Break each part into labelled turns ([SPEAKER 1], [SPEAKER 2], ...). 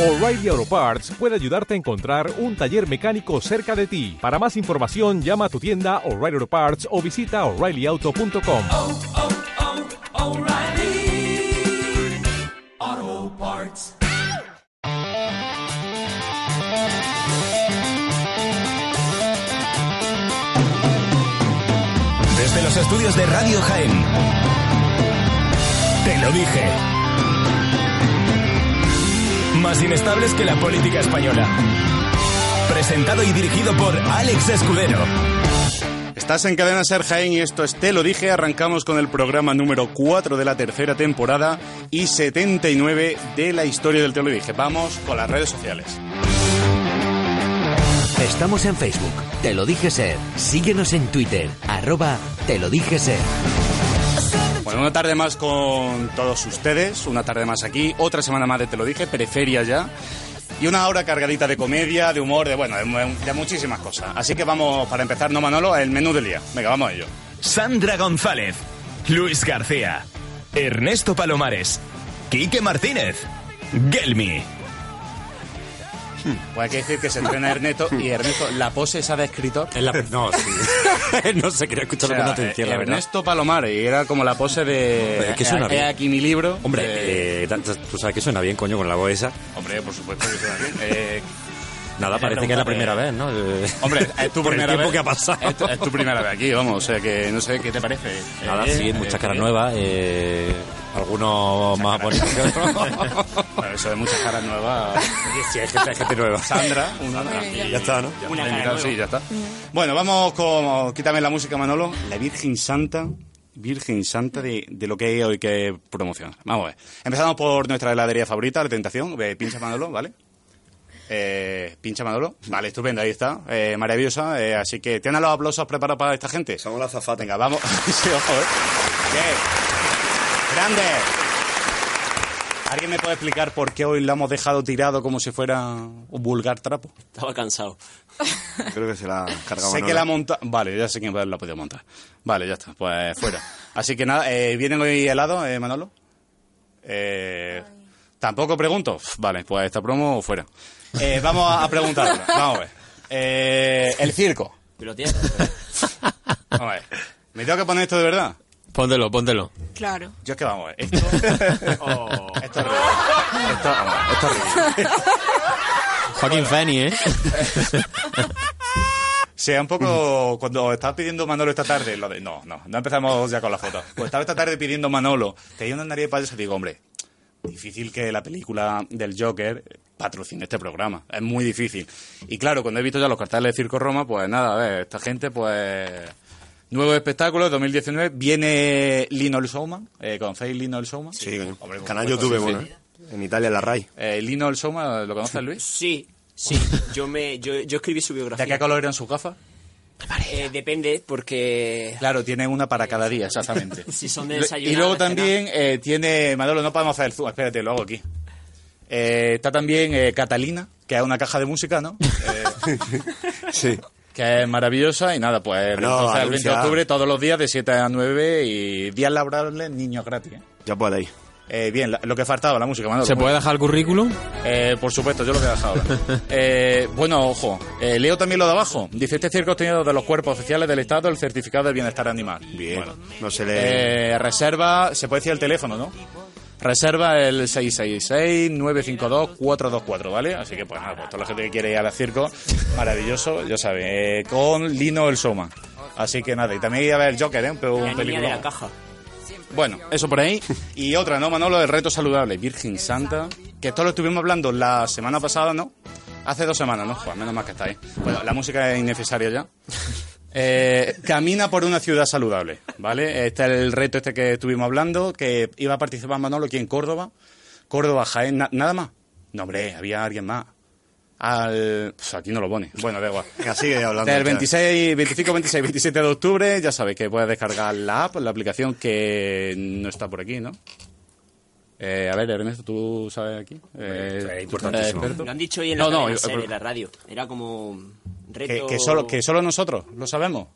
[SPEAKER 1] O'Reilly Auto Parts puede ayudarte a encontrar un taller mecánico cerca de ti. Para más información, llama a tu tienda O'Reilly Auto Parts o visita oreillyauto.com.
[SPEAKER 2] Oh, O'Reilly Auto Parts.
[SPEAKER 3] Desde los estudios de Radio Jaén. Te lo dije. Más inestables que la política española. Presentado y dirigido por Alex Escudero.
[SPEAKER 4] Estás en Cadena Ser Jaén y esto es Te lo dije, arrancamos con el programa número 4 de la tercera temporada y 79 de la historia del Te lo dije. Vamos con las redes sociales.
[SPEAKER 5] Estamos en Facebook, Te lo dije ser. Síguenos en Twitter, arroba Te lo dije ser.
[SPEAKER 4] Bueno, una tarde más con todos ustedes, una tarde más aquí, otra semana más de Te lo dije, periferia ya. Y una hora cargadita de comedia, de humor, de bueno, de, mu- de muchísimas cosas. Así que vamos, para empezar, no Manolo, el menú del día. Venga, vamos a ello.
[SPEAKER 3] Sandra González. Luis García. Ernesto Palomares. Quique Martínez. Gelmi.
[SPEAKER 4] Pues hay que decir que se entrena Ernesto y Ernesto, la pose esa de escritor.
[SPEAKER 6] No, sí. no se quería escucharlo
[SPEAKER 4] O sea,
[SPEAKER 6] con atención,
[SPEAKER 4] eh,
[SPEAKER 6] la verdad.
[SPEAKER 4] Ernesto Palomares, y era como la pose de.
[SPEAKER 6] Hombre, que suena
[SPEAKER 4] eh,
[SPEAKER 6] bien.
[SPEAKER 4] eh, aquí mi libro.
[SPEAKER 6] Hombre,
[SPEAKER 4] Eh,
[SPEAKER 6] eh, da- tú sabes que suena bien, coño, con la voz esa.
[SPEAKER 4] Hombre, por supuesto que suena bien. Eh,
[SPEAKER 6] Nada,
[SPEAKER 4] Quería
[SPEAKER 6] parece que es la
[SPEAKER 4] preguntar,
[SPEAKER 6] primera vez, ¿no? Eh,
[SPEAKER 4] hombre, es tu
[SPEAKER 6] por
[SPEAKER 4] primera
[SPEAKER 6] el tiempo
[SPEAKER 4] vez.
[SPEAKER 6] que ha pasado.
[SPEAKER 4] Es tu, es tu primera vez aquí, vamos, o sea que no sé qué te parece.
[SPEAKER 6] Nada,
[SPEAKER 4] Eh,
[SPEAKER 6] sí,
[SPEAKER 4] eh,
[SPEAKER 6] muchas
[SPEAKER 4] eh,
[SPEAKER 6] caras nuevas. eh, algunos más bonitos que otros.
[SPEAKER 4] Bueno, eso de muchas caras nuevas.
[SPEAKER 6] sí, hay gente, hay gente nueva.
[SPEAKER 4] Sandra, una y
[SPEAKER 6] Ya está, ¿no?
[SPEAKER 4] ya está invitado, sí, ya está. Bueno, vamos con. Quítame la música, Manolo. La Virgen Santa. Virgen Santa de, de lo que hay hoy que promocionar. Vamos a ver. Empezamos por nuestra heladería favorita, La Tentación. Eh, Pincha Manolo, ¿vale? Eh, pincha Manolo. Vale, estupendo, ahí está. Eh, maravillosa. eh, así que, ¿tienen los aplausos preparados para esta gente? Somos la zafata. Venga, vamos. Sí, ojo, eh. Bien. ¡Grande! ¿Alguien me puede explicar por qué hoy lo hemos dejado tirado como si fuera un vulgar trapo?
[SPEAKER 7] Estaba cansado.
[SPEAKER 8] Creo que se la cargaba.
[SPEAKER 4] Sé que la monta... Vale, ya sé quién la ha podido montar. Vale, ya está, pues fuera. Así que nada, eh, ¿vienen hoy helados, eh, Manolo? Eh, Tampoco pregunto. Uf, Vale, pues esta promo fuera. Eh, vamos a, a preguntar ahora, Vamos a ver. Eh, el circo.
[SPEAKER 7] Pero tienes.
[SPEAKER 4] Vamos a ver. ¿Me tengo que poner esto de verdad?
[SPEAKER 9] Póntelo, póntelo.
[SPEAKER 10] Claro.
[SPEAKER 4] Yo es que vamos a ver. Esto. Esto es horrible. Esto, vamos a ver, esto es horrible.
[SPEAKER 9] Joaquín Fanny, ¿eh?
[SPEAKER 4] Sí, un poco cuando estaba pidiendo Manolo esta tarde, lo de, no, no, no empezamos ya con la foto. Cuando estaba esta tarde pidiendo Manolo, tenía una nariz de payaso y digo, hombre, difícil que la película del Joker patrocine este programa, es muy difícil. Y claro, cuando he visto ya los carteles de Circo Roma, pues nada, a ver, esta gente, pues... Nuevo espectáculo, 2019, viene Lino el Showman, eh, ¿conocéis Lino el Showman?
[SPEAKER 8] Sí,
[SPEAKER 4] Hombre, por
[SPEAKER 8] canal
[SPEAKER 4] supuesto,
[SPEAKER 8] YouTube,
[SPEAKER 4] sí, sí.
[SPEAKER 8] bueno. En Italia, la RAI.
[SPEAKER 4] Eh, Lino el Showman, ¿lo conoces Luis?
[SPEAKER 7] Sí, sí. Yo, me, yo, yo escribí su
[SPEAKER 4] ¿De qué
[SPEAKER 7] biografía.
[SPEAKER 4] color eran sus gafas?
[SPEAKER 7] Eh, depende, porque.
[SPEAKER 4] Claro, tiene una para cada día, exactamente.
[SPEAKER 7] Si son de
[SPEAKER 4] Lo-
[SPEAKER 7] desayunar,
[SPEAKER 4] Y luego
[SPEAKER 7] de cenar.
[SPEAKER 4] también eh, tiene. Manolo, no podemos hacer el zoom, espérate, lo hago aquí. Eh, está también eh, Catalina, que es una caja de música, ¿no? Eh,
[SPEAKER 8] Sí.
[SPEAKER 4] que es maravillosa y nada, pues
[SPEAKER 8] Bueno,
[SPEAKER 4] entonces, el 20 de
[SPEAKER 8] anuncia.
[SPEAKER 4] octubre todos los días de 7 a 9 y días laborables, niños gratis. ¿eh?
[SPEAKER 8] Ya podéis.
[SPEAKER 4] Eh, bien, la- lo que faltaba, la música, Manolo.
[SPEAKER 9] ¿Se
[SPEAKER 4] pues.
[SPEAKER 9] puede dejar el currículum?
[SPEAKER 4] Eh, por supuesto, yo lo voy a dejar ahora. Eh, bueno, ojo, eh, leo también lo de abajo. Dice, este circo ha obtenido de los cuerpos oficiales del Estado el certificado de bienestar animal.
[SPEAKER 8] Bien.
[SPEAKER 4] Bueno.
[SPEAKER 8] No se le.
[SPEAKER 4] Eh, reserva, se puede decir el teléfono, ¿no? Reserva el 666-952-424, ¿vale? Así que, pues nada, pues toda la gente que quiere ir al circo, maravilloso, ya sabe, eh, con Lino el Soma. Así que nada, y también ir a ver Joker, ¿eh? Un, pe- un
[SPEAKER 7] La niña de
[SPEAKER 4] peliculón.
[SPEAKER 7] la caja.
[SPEAKER 4] Bueno, eso por ahí. Y otra, ¿no, Manolo? El reto saludable, Virgen Santa. Que esto lo estuvimos hablando la semana pasada, ¿no? Hace dos semanas, ¿no? Pues menos mal que está ahí. Bueno, la música es innecesaria ya. Eh, camina por una ciudad saludable, ¿vale? Este es el reto este que estuvimos hablando, que iba a participar Manolo aquí en Córdoba. Córdoba, Jaén, na- nada más. No, hombre, había alguien más. Al... Pues aquí no lo pone. Bueno, da igual.
[SPEAKER 8] Venga, sigue hablando.
[SPEAKER 4] Del 26, 25, 26, 27 de octubre, ya sabéis que puedes descargar la app, la aplicación que no está por aquí, ¿no? Eh, a ver, Ernesto, ¿tú sabes aquí? Eh,
[SPEAKER 6] esto es
[SPEAKER 4] ¿tú estás
[SPEAKER 6] importantísimo.
[SPEAKER 4] experto?
[SPEAKER 7] Lo han dicho hoy en la,
[SPEAKER 4] No, no,
[SPEAKER 7] cadena
[SPEAKER 4] yo- eh,
[SPEAKER 7] SER,
[SPEAKER 4] pero-
[SPEAKER 7] en la radio. Era como. un Reto...
[SPEAKER 4] Que, que solo, que solo nosotros lo sabemos.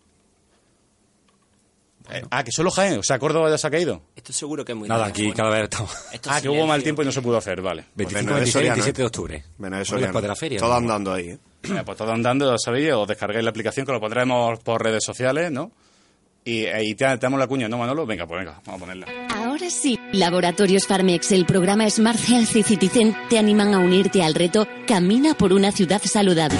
[SPEAKER 4] Eh, ah, que solo Jaén, o sea, Córdoba ya se ha caído.
[SPEAKER 7] Esto seguro que es muy
[SPEAKER 6] Nada,
[SPEAKER 7] raro,
[SPEAKER 6] aquí
[SPEAKER 7] Juan.
[SPEAKER 6] cada vez estamos.
[SPEAKER 7] Esto
[SPEAKER 4] Ah, que hubo mal
[SPEAKER 7] silencio.
[SPEAKER 4] tiempo y no se pudo hacer, vale.
[SPEAKER 6] 25,
[SPEAKER 8] menos Pues de
[SPEAKER 6] 26,
[SPEAKER 8] Soriano,
[SPEAKER 6] 27
[SPEAKER 8] ¿eh?
[SPEAKER 6] de octubre.
[SPEAKER 8] Bueno, eso
[SPEAKER 6] Bueno,
[SPEAKER 8] ya
[SPEAKER 6] después de
[SPEAKER 8] no.
[SPEAKER 6] la feria.
[SPEAKER 8] Todo
[SPEAKER 6] ¿no?
[SPEAKER 8] andando ahí. ¿eh?
[SPEAKER 4] Mira, pues todo andando, ya sabéis, os descargáis la aplicación que lo pondremos por redes sociales, ¿no? Y ahí te, te damos la cuña, ¿no, Manolo? Venga, pues venga, vamos a ponerla.
[SPEAKER 10] Ahora sí, Laboratorios Farmex, el programa Smart Health y Citizen te animan a unirte al reto Camina por una ciudad saludable.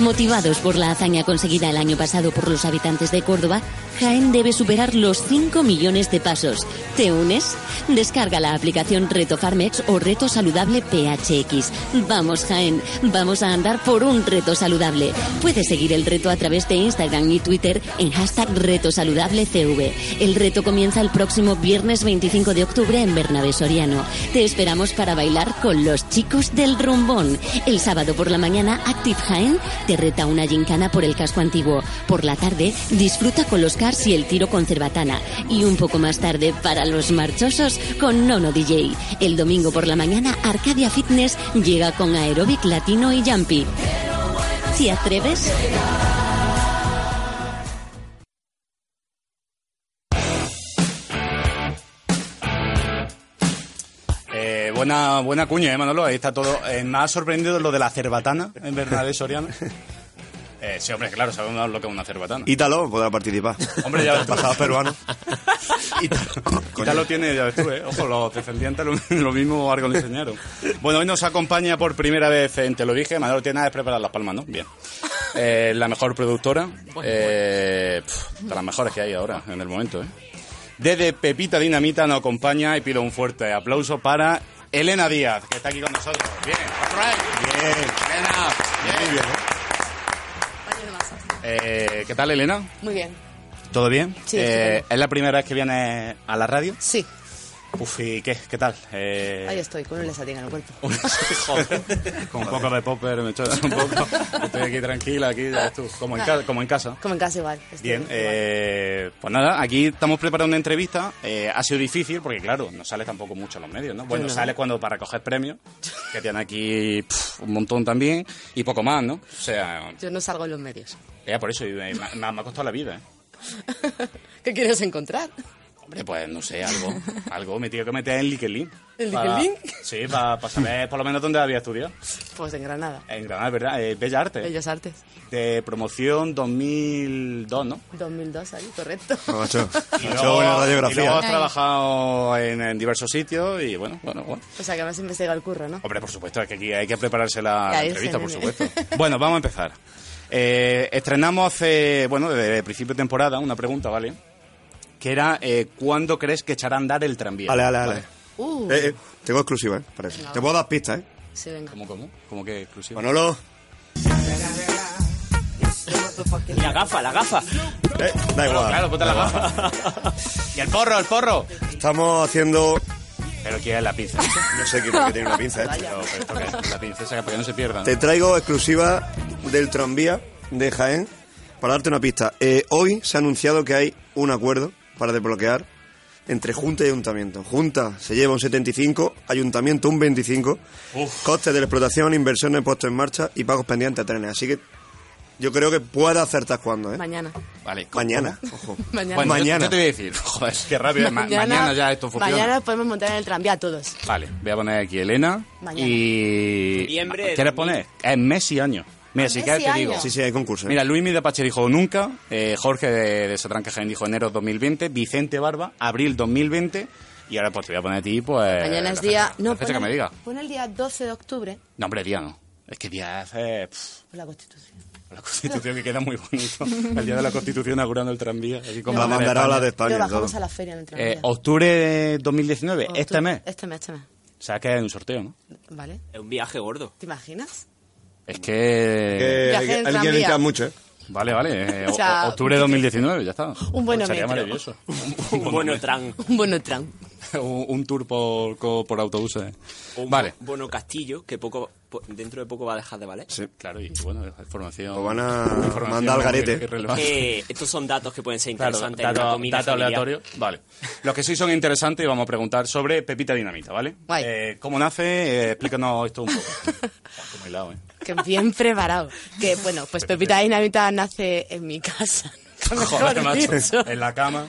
[SPEAKER 10] Motivados por la hazaña conseguida el año pasado por los habitantes de Córdoba, Jaén debe superar los 5 millones de pasos. ¿Te unes? Descarga la aplicación Reto Farmex o Reto Saludable PHX. Vamos, Jaén, vamos a andar por un reto saludable. Puedes seguir el reto a través de Instagram y Twitter en hashtag Reto Saludable CV. El reto comienza el próximo viernes 25 de octubre en Bernabé Soriano. Te esperamos para bailar con los chicos del rumbón. El sábado por la mañana, Active Jaén te reta una gincana por el casco antiguo. Por la tarde, disfruta con los cars y el tiro con cerbatana. Y un poco más tarde, para los marchosos, con Nono DJ. El domingo por la mañana, Arcadia Fitness llega con aeróbic latino y jumpy. ¿Te atreves?
[SPEAKER 4] Eh, buena, buena cuña, ¿eh, Manolo? Ahí está todo. Eh, me ha sorprendido lo de la cerbatana en Bernabé Soriano. Eh, sí, hombre, claro, sabemos lo que es una cerbatana.
[SPEAKER 8] Ítalo podrá participar.
[SPEAKER 4] Hombre, ya ves tú.
[SPEAKER 8] Pasado peruano.
[SPEAKER 4] Y ya lo tiene, ya ves tú, ¿eh? Ojo, los descendientes lo, lo mismo algo le enseñaron. Bueno, hoy nos acompaña por primera vez en Te lo dije, Manolo tiene nada es preparar las palmas, ¿no? Bien. Eh, la mejor productora, eh, pf, de las mejores que hay ahora, en el momento, ¿eh? Desde Pepita Dinamita nos acompaña y pido un fuerte aplauso para Elena Díaz, que está aquí con nosotros. Bien, all right. Bien, Elena. Bien, bien. Eh, ¿Qué tal, Elena?
[SPEAKER 11] Muy bien.
[SPEAKER 4] ¿Todo bien?
[SPEAKER 11] Sí,
[SPEAKER 4] Eh,
[SPEAKER 11] estupendo.
[SPEAKER 4] ¿Es la primera vez que vienes a la radio?
[SPEAKER 11] Sí,
[SPEAKER 4] Uf, ¿y qué? ¿Qué tal? Eh,
[SPEAKER 11] ahí estoy, con un lesatín en el cuerpo.
[SPEAKER 4] con un poco de popper, me he un poco. Estoy aquí tranquila, aquí, ya ves tú, como en, ca- como en casa.
[SPEAKER 11] Como en casa igual. estoy
[SPEAKER 4] Bien,
[SPEAKER 11] igual.
[SPEAKER 4] eh, pues nada, aquí estamos preparando una entrevista. Eh, ha sido difícil porque, claro, no sale tampoco mucho a los medios, ¿no? Bueno,
[SPEAKER 11] No.
[SPEAKER 4] sale cuando para coger premios, que tienen aquí pf, un montón también, y poco más, ¿no? O sea,
[SPEAKER 11] Yo no salgo en los medios.
[SPEAKER 4] eh, por eso eh, me, me- me ha costado la vida, ¿eh?
[SPEAKER 11] ¿Qué quieres encontrar?
[SPEAKER 4] Hombre, pues no sé, algo. Algo me tengo que meter en LinkedIn.
[SPEAKER 11] ¿En
[SPEAKER 4] Para-
[SPEAKER 11] LinkedIn?
[SPEAKER 4] Sí, para saber por lo menos dónde había estudiado.
[SPEAKER 11] Pues en Granada.
[SPEAKER 4] En Granada, ¿verdad? Eh, Bella Arte.
[SPEAKER 11] Bellas Artes.
[SPEAKER 4] De promoción 2002, ¿no?
[SPEAKER 11] 2002 ahí, correcto.
[SPEAKER 8] Macho,
[SPEAKER 4] Y
[SPEAKER 8] macho, buena
[SPEAKER 4] luego- y luego has
[SPEAKER 8] radiografía.
[SPEAKER 4] trabajado en, en diversos sitios y bueno, bueno, bueno.
[SPEAKER 11] O sea que más investiga el curro, ¿no?
[SPEAKER 4] Hombre, por supuesto, es que aquí hay que prepararse la,
[SPEAKER 11] Ya,
[SPEAKER 4] la
[SPEAKER 11] ese
[SPEAKER 4] entrevista, por
[SPEAKER 11] nene.
[SPEAKER 4] supuesto. Bueno, vamos a empezar. Eh, estrenamos hace, bueno, desde el principio de temporada una pregunta, ¿vale? Que era, eh, ¿cuándo crees que echará a andar el tranvía?
[SPEAKER 8] Ale, ale,
[SPEAKER 4] Vale.
[SPEAKER 8] ale.
[SPEAKER 11] Uh,
[SPEAKER 8] Eh, eh, tengo exclusiva, ¿eh? Parece. Te puedo dar pistas, ¿eh?
[SPEAKER 11] sí, venga.
[SPEAKER 4] ¿Cómo, cómo? ¿Cómo que exclusivo?
[SPEAKER 8] Manolo.
[SPEAKER 7] Y la gafa, la gafa.
[SPEAKER 8] Eh, da igual.
[SPEAKER 4] Claro, ponte la gafa. y el porro, el porro.
[SPEAKER 8] Estamos haciendo...
[SPEAKER 4] Pero que es la pinza.
[SPEAKER 8] No sé qué porque tiene una pinza, ¿eh?
[SPEAKER 4] Pero, pero esto que es la princesa para que no se pierda.
[SPEAKER 8] Te traigo exclusiva del tranvía de Jaén para darte una pista. Eh, hoy se ha anunciado que hay un acuerdo para desbloquear entre Junta y Ayuntamiento. Junta se lleva un 75, Ayuntamiento un 25, costes de la explotación, inversiones puestas en marcha y pagos pendientes a trenes. Así que yo creo que pueda acertar cuando, ¿eh?
[SPEAKER 11] Mañana.
[SPEAKER 4] Vale.
[SPEAKER 8] Mañana. Ojo.
[SPEAKER 11] Mañana.
[SPEAKER 4] Bueno, yo-
[SPEAKER 8] Mañana.
[SPEAKER 4] Yo, te voy a decir, joder, qué rápido. Ma- Mañana, ya esto funciona. Eh,
[SPEAKER 11] Mañana podemos montar en el tranvía todos.
[SPEAKER 4] Vale, voy a poner aquí Elena.
[SPEAKER 11] Mañana.
[SPEAKER 4] Y.
[SPEAKER 7] Noviembre de
[SPEAKER 4] ¿Quieres
[SPEAKER 7] 2000.
[SPEAKER 4] poner? Es mes y año. Mira, si
[SPEAKER 11] mes
[SPEAKER 4] quieres
[SPEAKER 11] y
[SPEAKER 4] te
[SPEAKER 11] año.
[SPEAKER 4] digo.
[SPEAKER 8] Sí, sí, hay concurso. ¿eh?
[SPEAKER 4] Mira, Luis Midapache dijo nunca, eh, Jorge de, de Satranca Jaén dijo enero 2020, Vicente Barba, abril 2020, y ahora pues te voy a poner a ti, pues...
[SPEAKER 11] Mañana es
[SPEAKER 4] la
[SPEAKER 11] día.
[SPEAKER 4] fecha- la fecha
[SPEAKER 11] pon
[SPEAKER 4] que me
[SPEAKER 11] el-
[SPEAKER 4] diga.
[SPEAKER 11] Pon el día 12 de octubre
[SPEAKER 4] No, hombre, día no. Es que día es... eh, pf,
[SPEAKER 11] por la Constitución.
[SPEAKER 4] la Constitución que queda muy bonito. El día de la Constitución inaugurando el tranvía. Aquí con
[SPEAKER 8] la
[SPEAKER 4] bandera de
[SPEAKER 8] bandera la de
[SPEAKER 4] España.
[SPEAKER 11] Pero
[SPEAKER 8] España.
[SPEAKER 11] bajamos
[SPEAKER 8] todo.
[SPEAKER 11] a la feria en el tranvía.
[SPEAKER 4] Eh, octubre de 2019, este
[SPEAKER 11] Octubre.
[SPEAKER 4] mes.
[SPEAKER 11] Este mes, este mes.
[SPEAKER 4] O sea, que es un sorteo, ¿no?
[SPEAKER 11] Vale.
[SPEAKER 7] Es un viaje gordo.
[SPEAKER 11] ¿Te imaginas?
[SPEAKER 4] Es que...
[SPEAKER 8] Que
[SPEAKER 11] Viaje
[SPEAKER 8] hay, que-
[SPEAKER 11] en
[SPEAKER 8] hay que
[SPEAKER 11] tranvía.
[SPEAKER 8] dedicar mucho, ¿eh?
[SPEAKER 4] Vale, vale. eh,
[SPEAKER 11] O sea,
[SPEAKER 4] o- octubre de 2019, ya está.
[SPEAKER 11] un buen
[SPEAKER 4] Estaría
[SPEAKER 11] metro.
[SPEAKER 4] maravilloso.
[SPEAKER 7] Un bono tran.
[SPEAKER 11] Un bono tram.
[SPEAKER 4] un, un tour por, co- por autobuses.
[SPEAKER 7] Un
[SPEAKER 4] Vale.
[SPEAKER 7] bono castillo que poco, po- dentro de poco va a dejar de valer.
[SPEAKER 4] Claro, y bueno, información.
[SPEAKER 8] Lo van a
[SPEAKER 4] información
[SPEAKER 8] mandar al garete.
[SPEAKER 4] que- que es relevante.
[SPEAKER 7] Eh, estos son datos que pueden ser
[SPEAKER 4] Claro,
[SPEAKER 7] interesantes. en una
[SPEAKER 4] dato,
[SPEAKER 7] comida
[SPEAKER 4] dato
[SPEAKER 7] familiar.
[SPEAKER 4] aleatorio. Vale. Los que sí son interesantes, vamos a preguntar sobre Pepita Dinamita, ¿vale?
[SPEAKER 11] Guay.
[SPEAKER 4] Eh, ¿Cómo nace? Eh, explícanos esto un poco. Como hilado, ¿eh?
[SPEAKER 11] Que bien preparado. Que bueno, pues Pepita Dinamita nace en mi casa.
[SPEAKER 4] Joder,
[SPEAKER 11] mejor dicho.
[SPEAKER 4] macho. En la cama.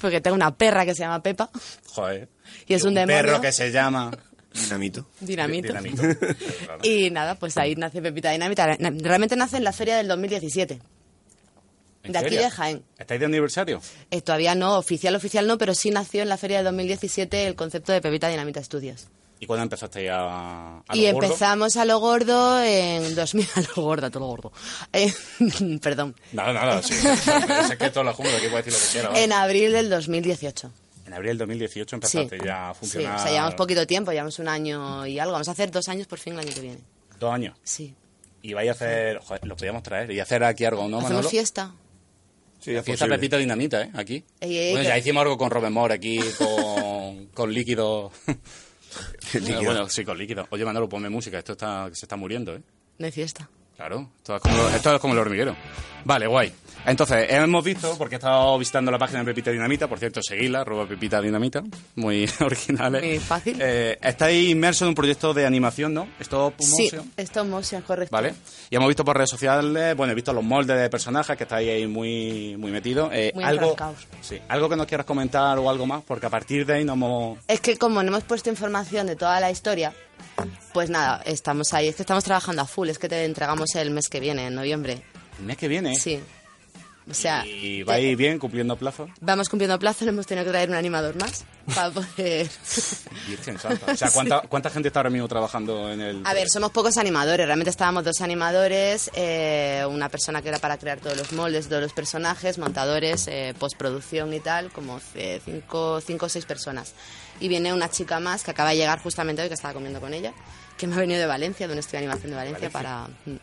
[SPEAKER 11] Porque tengo una perra que se llama Pepa
[SPEAKER 4] Joder.
[SPEAKER 11] y es un, demonio.
[SPEAKER 4] Perro que se llama. Dinamito.
[SPEAKER 11] Dinamito.
[SPEAKER 4] Dinamito.
[SPEAKER 11] Y nada, pues ahí nace Pepita Dinamita. Na- Realmente nace en la feria del 2017.
[SPEAKER 4] ¿En
[SPEAKER 11] De aquí
[SPEAKER 4] serio?
[SPEAKER 11] de Jaén.
[SPEAKER 4] ¿Estáis de aniversario?
[SPEAKER 11] Eh, todavía no, oficial, oficial no, pero sí nació en la feria del 2017 el concepto de Pepita Dinamita Studios.
[SPEAKER 4] ¿Y cuándo empezasteis a, a
[SPEAKER 11] y
[SPEAKER 4] lo gordo?
[SPEAKER 11] empezamos a lo gordo en 2000. A lo gordo, a todo lo gordo. En- perdón.
[SPEAKER 4] Nada, nada, sí. es que toda la jungla aquí puede decir lo que quiera. ¿vale?
[SPEAKER 11] En abril del 2018.
[SPEAKER 4] En abril del 2018 empezaste
[SPEAKER 11] Sí.
[SPEAKER 4] ya a
[SPEAKER 11] Sí,
[SPEAKER 4] funcionar.
[SPEAKER 11] o sea, llevamos poquito tiempo, llevamos un año y algo. Vamos a hacer dos años por fin el año que viene.
[SPEAKER 4] Dos años.
[SPEAKER 11] Sí.
[SPEAKER 4] Y vais a hacer. Joder, lo podíamos traer. Y hacer aquí algo, ¿no,
[SPEAKER 11] Hacemos
[SPEAKER 4] Manolo?
[SPEAKER 11] fiesta.
[SPEAKER 4] Sí, fiesta
[SPEAKER 6] posible.
[SPEAKER 4] Pepita Dinamita, ¿eh? Aquí.
[SPEAKER 11] Ey, ey,
[SPEAKER 4] bueno,
[SPEAKER 11] que-
[SPEAKER 4] ya hicimos algo con Robemor aquí, con, con líquido.
[SPEAKER 11] líquido.
[SPEAKER 4] Bueno, sí, con líquido. Oye, Manolo, ponme música. Esto está, se está muriendo, ¿eh?
[SPEAKER 11] No hay fiesta.
[SPEAKER 4] Claro, esto es, como, esto es como el hormiguero. Vale, guay. Entonces, hemos visto, porque he estado visitando la página de Pepita Dinamita, por cierto, seguidla, arroba Pepita Dinamita, muy originales.
[SPEAKER 11] Muy fácil.
[SPEAKER 4] Eh, estáis inmersos en un proyecto de animación, ¿no? Esto es
[SPEAKER 11] Sí, esto motion, correcto.
[SPEAKER 4] ¿Vale? Y hemos visto por redes sociales, bueno, he visto los moldes de personajes que estáis ahí muy, muy metidos. Eh,
[SPEAKER 11] Muy
[SPEAKER 4] algo,
[SPEAKER 11] enfrascados.
[SPEAKER 4] sí, algo que nos quieras comentar o algo más, porque a partir de ahí nos hemos...
[SPEAKER 11] Es que como no hemos puesto información de toda la historia, pues nada, estamos ahí. Es que estamos trabajando a full, es que te entregamos el mes que viene, en noviembre.
[SPEAKER 4] El mes que viene. ¿eh?
[SPEAKER 11] Sí. O sea,
[SPEAKER 4] Y vais bien, cumpliendo plazos.
[SPEAKER 11] vamos cumpliendo plazo, le hemos tenido que traer un animador más para poder...
[SPEAKER 4] Virgen santa. O sea, ¿cuánta, ¿cuánta gente está ahora mismo trabajando en el...
[SPEAKER 11] A ver, somos pocos animadores, realmente estábamos dos animadores, eh, una persona que era para crear todos los moldes, todos los personajes, montadores, eh, postproducción y tal, como eh, cinco, cinco o seis personas. Y viene una chica más que acaba de llegar justamente hoy, que estaba comiendo con ella, que me ha venido de Valencia, de un estudio de animación de Valencia, para... mm.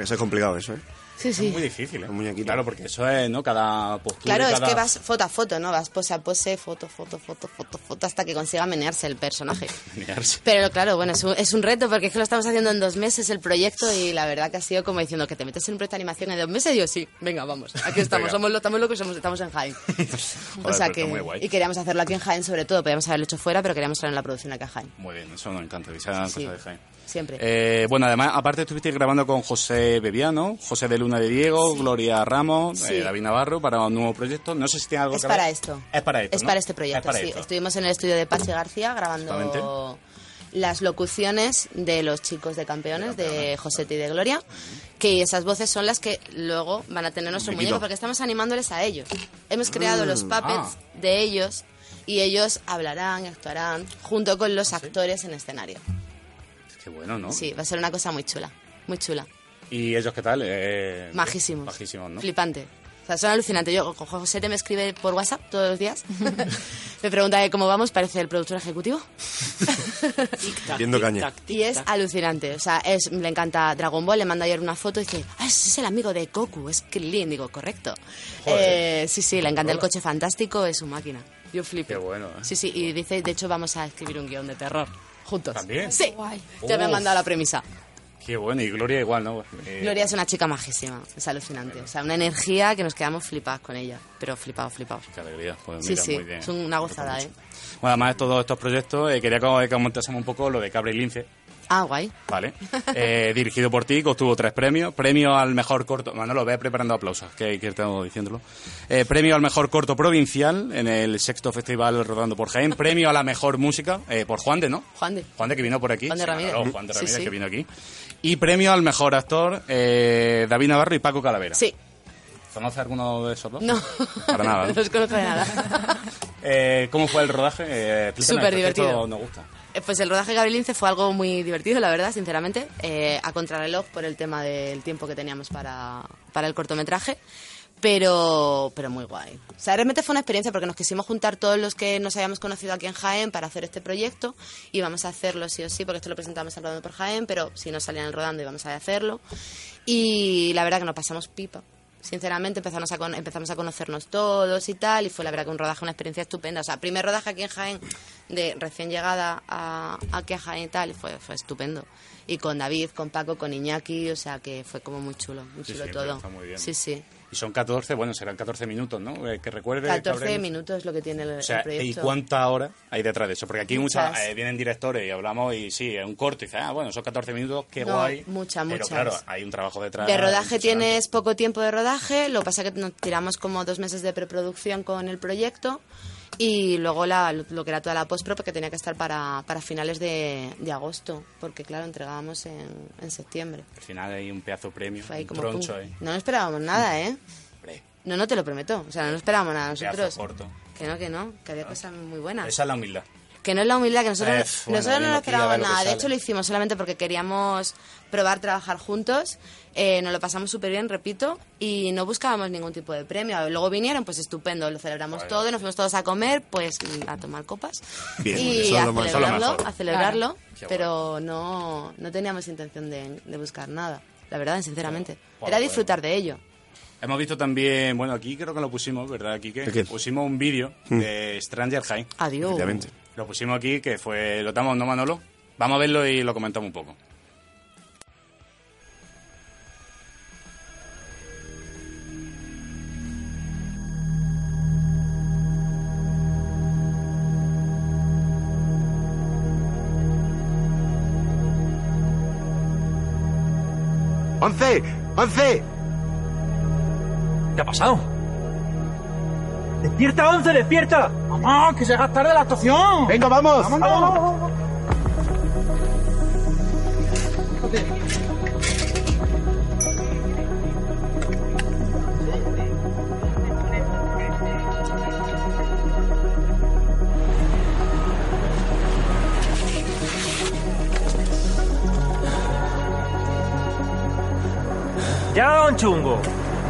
[SPEAKER 8] Eso es complicado, eso, ¿eh?
[SPEAKER 11] Sí, sí.
[SPEAKER 4] Es muy difícil, ¿eh? Claro, porque eso es, ¿no? Cada postura.
[SPEAKER 11] Claro,
[SPEAKER 4] y
[SPEAKER 11] es
[SPEAKER 4] cada-
[SPEAKER 11] que vas foto a foto, ¿no? Vas pose a pose, foto, foto, foto, foto, foto, hasta que consiga menearse el personaje.
[SPEAKER 4] Menearse.
[SPEAKER 11] Pero claro, bueno, es un, es un reto porque es que lo estamos haciendo en dos meses el proyecto y la verdad que ha sido como diciendo que te metes en un proyecto de animación en dos meses y yo sí, venga, vamos, aquí estamos,
[SPEAKER 4] Venga.
[SPEAKER 11] somos, lo- estamos locos, somos, estamos en Jaén. o
[SPEAKER 4] Joder,
[SPEAKER 11] sea
[SPEAKER 4] pero está
[SPEAKER 11] que,
[SPEAKER 4] muy guay.
[SPEAKER 11] y queríamos hacerlo aquí en Jaén sobre todo, podíamos haberlo hecho fuera, pero queríamos traer la producción acá a Jaén,
[SPEAKER 4] Muy bien, eso nos encanta, que sea
[SPEAKER 11] Sí.
[SPEAKER 4] cosa de Jaén.
[SPEAKER 11] siempre.
[SPEAKER 4] Eh, bueno, además, aparte estuviste grabando con José Bebiano, José de Luna de Diego, Gloria Ramos,
[SPEAKER 11] Sí.
[SPEAKER 4] eh, David Navarro, para un nuevo proyecto. No sé si tiene algo
[SPEAKER 11] es
[SPEAKER 4] que
[SPEAKER 11] para
[SPEAKER 4] ver.
[SPEAKER 11] esto.
[SPEAKER 4] Es para esto,
[SPEAKER 11] Es
[SPEAKER 4] ¿no?
[SPEAKER 11] para este proyecto,
[SPEAKER 4] Es para
[SPEAKER 11] sí.
[SPEAKER 4] esto.
[SPEAKER 11] Estuvimos en el estudio de Pachi García grabando las locuciones de los chicos de campeones, de Josete y de Gloria, que esas voces son las que luego van a tener nuestro
[SPEAKER 10] Muñequito.
[SPEAKER 11] muñeco, porque estamos animándoles a ellos. Hemos creado
[SPEAKER 10] Mm,
[SPEAKER 11] los puppets
[SPEAKER 10] ah.
[SPEAKER 11] de ellos y ellos hablarán y actuarán junto con los actores en escenario.
[SPEAKER 4] Qué bueno, ¿no?
[SPEAKER 11] Sí, va a ser una cosa muy chula, muy chula.
[SPEAKER 4] ¿Y ellos qué tal? Eh,
[SPEAKER 11] Majísimos.
[SPEAKER 4] Majísimos, ¿no?
[SPEAKER 11] Flipante. O sea, son alucinantes. Yo, con José te me escribe por WhatsApp todos los días. me pregunta de cómo vamos, parece el productor ejecutivo.
[SPEAKER 8] Viendo caña.
[SPEAKER 11] Y es alucinante. O sea, es, le encanta Dragon Ball. Le mando ayer una foto y dice, ah, ese es el amigo de Goku, es Krillin. Digo, correcto.
[SPEAKER 4] Joder.
[SPEAKER 11] Eh, sí, sí, le encanta el
[SPEAKER 4] Hola.
[SPEAKER 11] coche fantástico, es su máquina. Yo flipo.
[SPEAKER 4] Qué bueno, ¿eh?
[SPEAKER 11] Sí, sí, y dice, de hecho, vamos a escribir un guión de terror. Juntos.
[SPEAKER 4] ¿También?
[SPEAKER 11] Sí. Ya me han
[SPEAKER 4] Uf.
[SPEAKER 11] mandado la premisa.
[SPEAKER 4] Qué bueno, y Gloria igual, ¿no? Eh,
[SPEAKER 11] Gloria es una chica majísima, es alucinante. O sea, una energía que nos quedamos flipadas con ella. Pero flipados, flipados.
[SPEAKER 4] Qué alegría. Pues
[SPEAKER 11] Sí,
[SPEAKER 4] mira,
[SPEAKER 11] sí,
[SPEAKER 4] muy bien.
[SPEAKER 11] es una gozada, ¿eh?
[SPEAKER 4] Bueno, además de todos estos proyectos, eh, quería que comentásemos un poco lo de Cabra y Lince.
[SPEAKER 11] Ah, guay.
[SPEAKER 4] Vale. Eh, dirigido por ti, que obtuvo tres premios. Premio al mejor corto. Manolo, ve preparando aplausos, que, que tengo diciéndolo. Eh, premio al mejor corto provincial en el sexto festival Rodando por Jaén. Premio a la mejor música eh, por Juan de, ¿no?
[SPEAKER 11] Juan de.
[SPEAKER 4] Juan de que vino por aquí.
[SPEAKER 11] Juan de
[SPEAKER 4] Sí,
[SPEAKER 11] Ramírez.
[SPEAKER 4] Manolo, Juan de
[SPEAKER 11] Sí,
[SPEAKER 4] Ramírez
[SPEAKER 11] sí.
[SPEAKER 4] que vino aquí. Y premio al mejor actor eh, David Navarro y Paco Calavera.
[SPEAKER 11] Sí.
[SPEAKER 4] ¿Conoce alguno de esos dos?
[SPEAKER 11] No.
[SPEAKER 4] Para
[SPEAKER 11] No
[SPEAKER 4] nada. ¿no?
[SPEAKER 11] los conozco de nada.
[SPEAKER 4] Eh, ¿Cómo fue el rodaje? Eh, explícanos,
[SPEAKER 11] Súper
[SPEAKER 4] porque
[SPEAKER 11] divertido.
[SPEAKER 4] esto nos gusta.
[SPEAKER 11] Eh, Pues el rodaje de Gabriel Lince fue algo muy divertido, la verdad, sinceramente. Eh, a contrarreloj por el tema del tiempo que teníamos para, para el cortometraje. Pero, pero muy guay. O sea, realmente fue una experiencia porque nos quisimos juntar todos los que nos habíamos conocido aquí en Jaén para hacer este proyecto y vamos a hacerlo sí o sí, porque esto lo presentamos al Rodando por Jaén, pero si no salían el Rodando íbamos a hacerlo. Y la verdad que nos pasamos pipa. Sinceramente empezamos a, con- empezamos a conocernos todos y tal, y fue la verdad que un rodaje, una experiencia estupenda. O sea, primer rodaje aquí en Jaén, de recién llegada a, aquí a Jaén y tal, y fue, fue estupendo. Y con David, con Paco, con Iñaki, o sea que fue como muy chulo, muy
[SPEAKER 4] Sí,
[SPEAKER 11] chulo
[SPEAKER 4] sí,
[SPEAKER 11] todo.
[SPEAKER 4] está muy bien.
[SPEAKER 11] Sí, sí.
[SPEAKER 4] ¿Y Y son 14, bueno, serán 14 minutos, ¿no? Eh, que recuerde. que
[SPEAKER 11] 14
[SPEAKER 4] habremos-
[SPEAKER 11] minutos es lo que tiene el,
[SPEAKER 4] O sea,
[SPEAKER 11] el proyecto.
[SPEAKER 4] ¿y cuánta hora hay detrás de eso? Porque aquí muchas,
[SPEAKER 11] Muchas.
[SPEAKER 4] eh, vienen directores y hablamos y sí, es un corto y dices, ah, bueno, son 14 minutos, qué
[SPEAKER 11] No,
[SPEAKER 4] guay.
[SPEAKER 11] muchas,
[SPEAKER 4] Pero
[SPEAKER 11] muchas.
[SPEAKER 4] claro, hay un trabajo detrás.
[SPEAKER 11] De rodaje tienes poco tiempo de rodaje, lo que pasa que nos tiramos como dos meses de preproducción con el proyecto y luego la, lo que era toda la postpro que tenía que estar para, para finales de, de agosto, porque claro, entregábamos en, en septiembre.
[SPEAKER 4] Al final hay un pedazo premio,
[SPEAKER 11] Fue ahí
[SPEAKER 4] un
[SPEAKER 11] como
[SPEAKER 4] troncho
[SPEAKER 11] pum.
[SPEAKER 4] ahí.
[SPEAKER 11] No nos esperábamos nada, ¿eh? No, no te lo prometo, o sea, no nos esperábamos nada
[SPEAKER 4] Pedazo
[SPEAKER 11] nosotros. Ah.
[SPEAKER 4] corto. Ah.
[SPEAKER 11] Que no, que no, que había cosas muy buenas.
[SPEAKER 4] Esa es la humildad.
[SPEAKER 11] Que no es la humildad, que nosotros,
[SPEAKER 4] Eh, bueno,
[SPEAKER 11] nosotros no
[SPEAKER 4] venimos
[SPEAKER 11] nos
[SPEAKER 4] aquí a ver
[SPEAKER 11] esperábamos
[SPEAKER 4] lo que
[SPEAKER 11] nada. De
[SPEAKER 4] sale.
[SPEAKER 11] hecho, lo hicimos solamente porque queríamos probar trabajar juntos. Eh, nos lo pasamos súper bien, repito, y no buscábamos ningún tipo de premio. Luego vinieron, pues estupendo, lo celebramos
[SPEAKER 12] Vale.
[SPEAKER 11] todo, nos fuimos todos a comer, pues mm, a tomar copas.
[SPEAKER 12] Bien,
[SPEAKER 11] y
[SPEAKER 12] eso es
[SPEAKER 11] a
[SPEAKER 12] lo mejor. Eso es lo
[SPEAKER 11] celebrarlo,
[SPEAKER 12] mejor.
[SPEAKER 11] a celebrarlo
[SPEAKER 12] Claro. Qué
[SPEAKER 11] pero no, no teníamos intención de, de buscar nada. La verdad, sinceramente.
[SPEAKER 4] Bueno,
[SPEAKER 11] Era
[SPEAKER 4] bueno.
[SPEAKER 11] disfrutar de ello.
[SPEAKER 4] Hemos visto también, bueno, aquí creo que lo pusimos, ¿verdad, Kike?
[SPEAKER 8] ¿De qué?
[SPEAKER 4] Pusimos un vídeo
[SPEAKER 8] Mm.
[SPEAKER 4] de Stranger High.
[SPEAKER 11] Adiós. Efectivamente.
[SPEAKER 4] Lo pusimos aquí, que fue, lo damos, ¿no, Manolo? Vamos a verlo y lo comentamos un poco.
[SPEAKER 3] ¡Once! ¡Once!
[SPEAKER 6] ¿Qué ha pasado? ¡Despierta, Once, despierta! ¡Mamá, que se haga tarde la actuación! ¡Venga, vamos! ¡Vámonos! Ya, don chungo.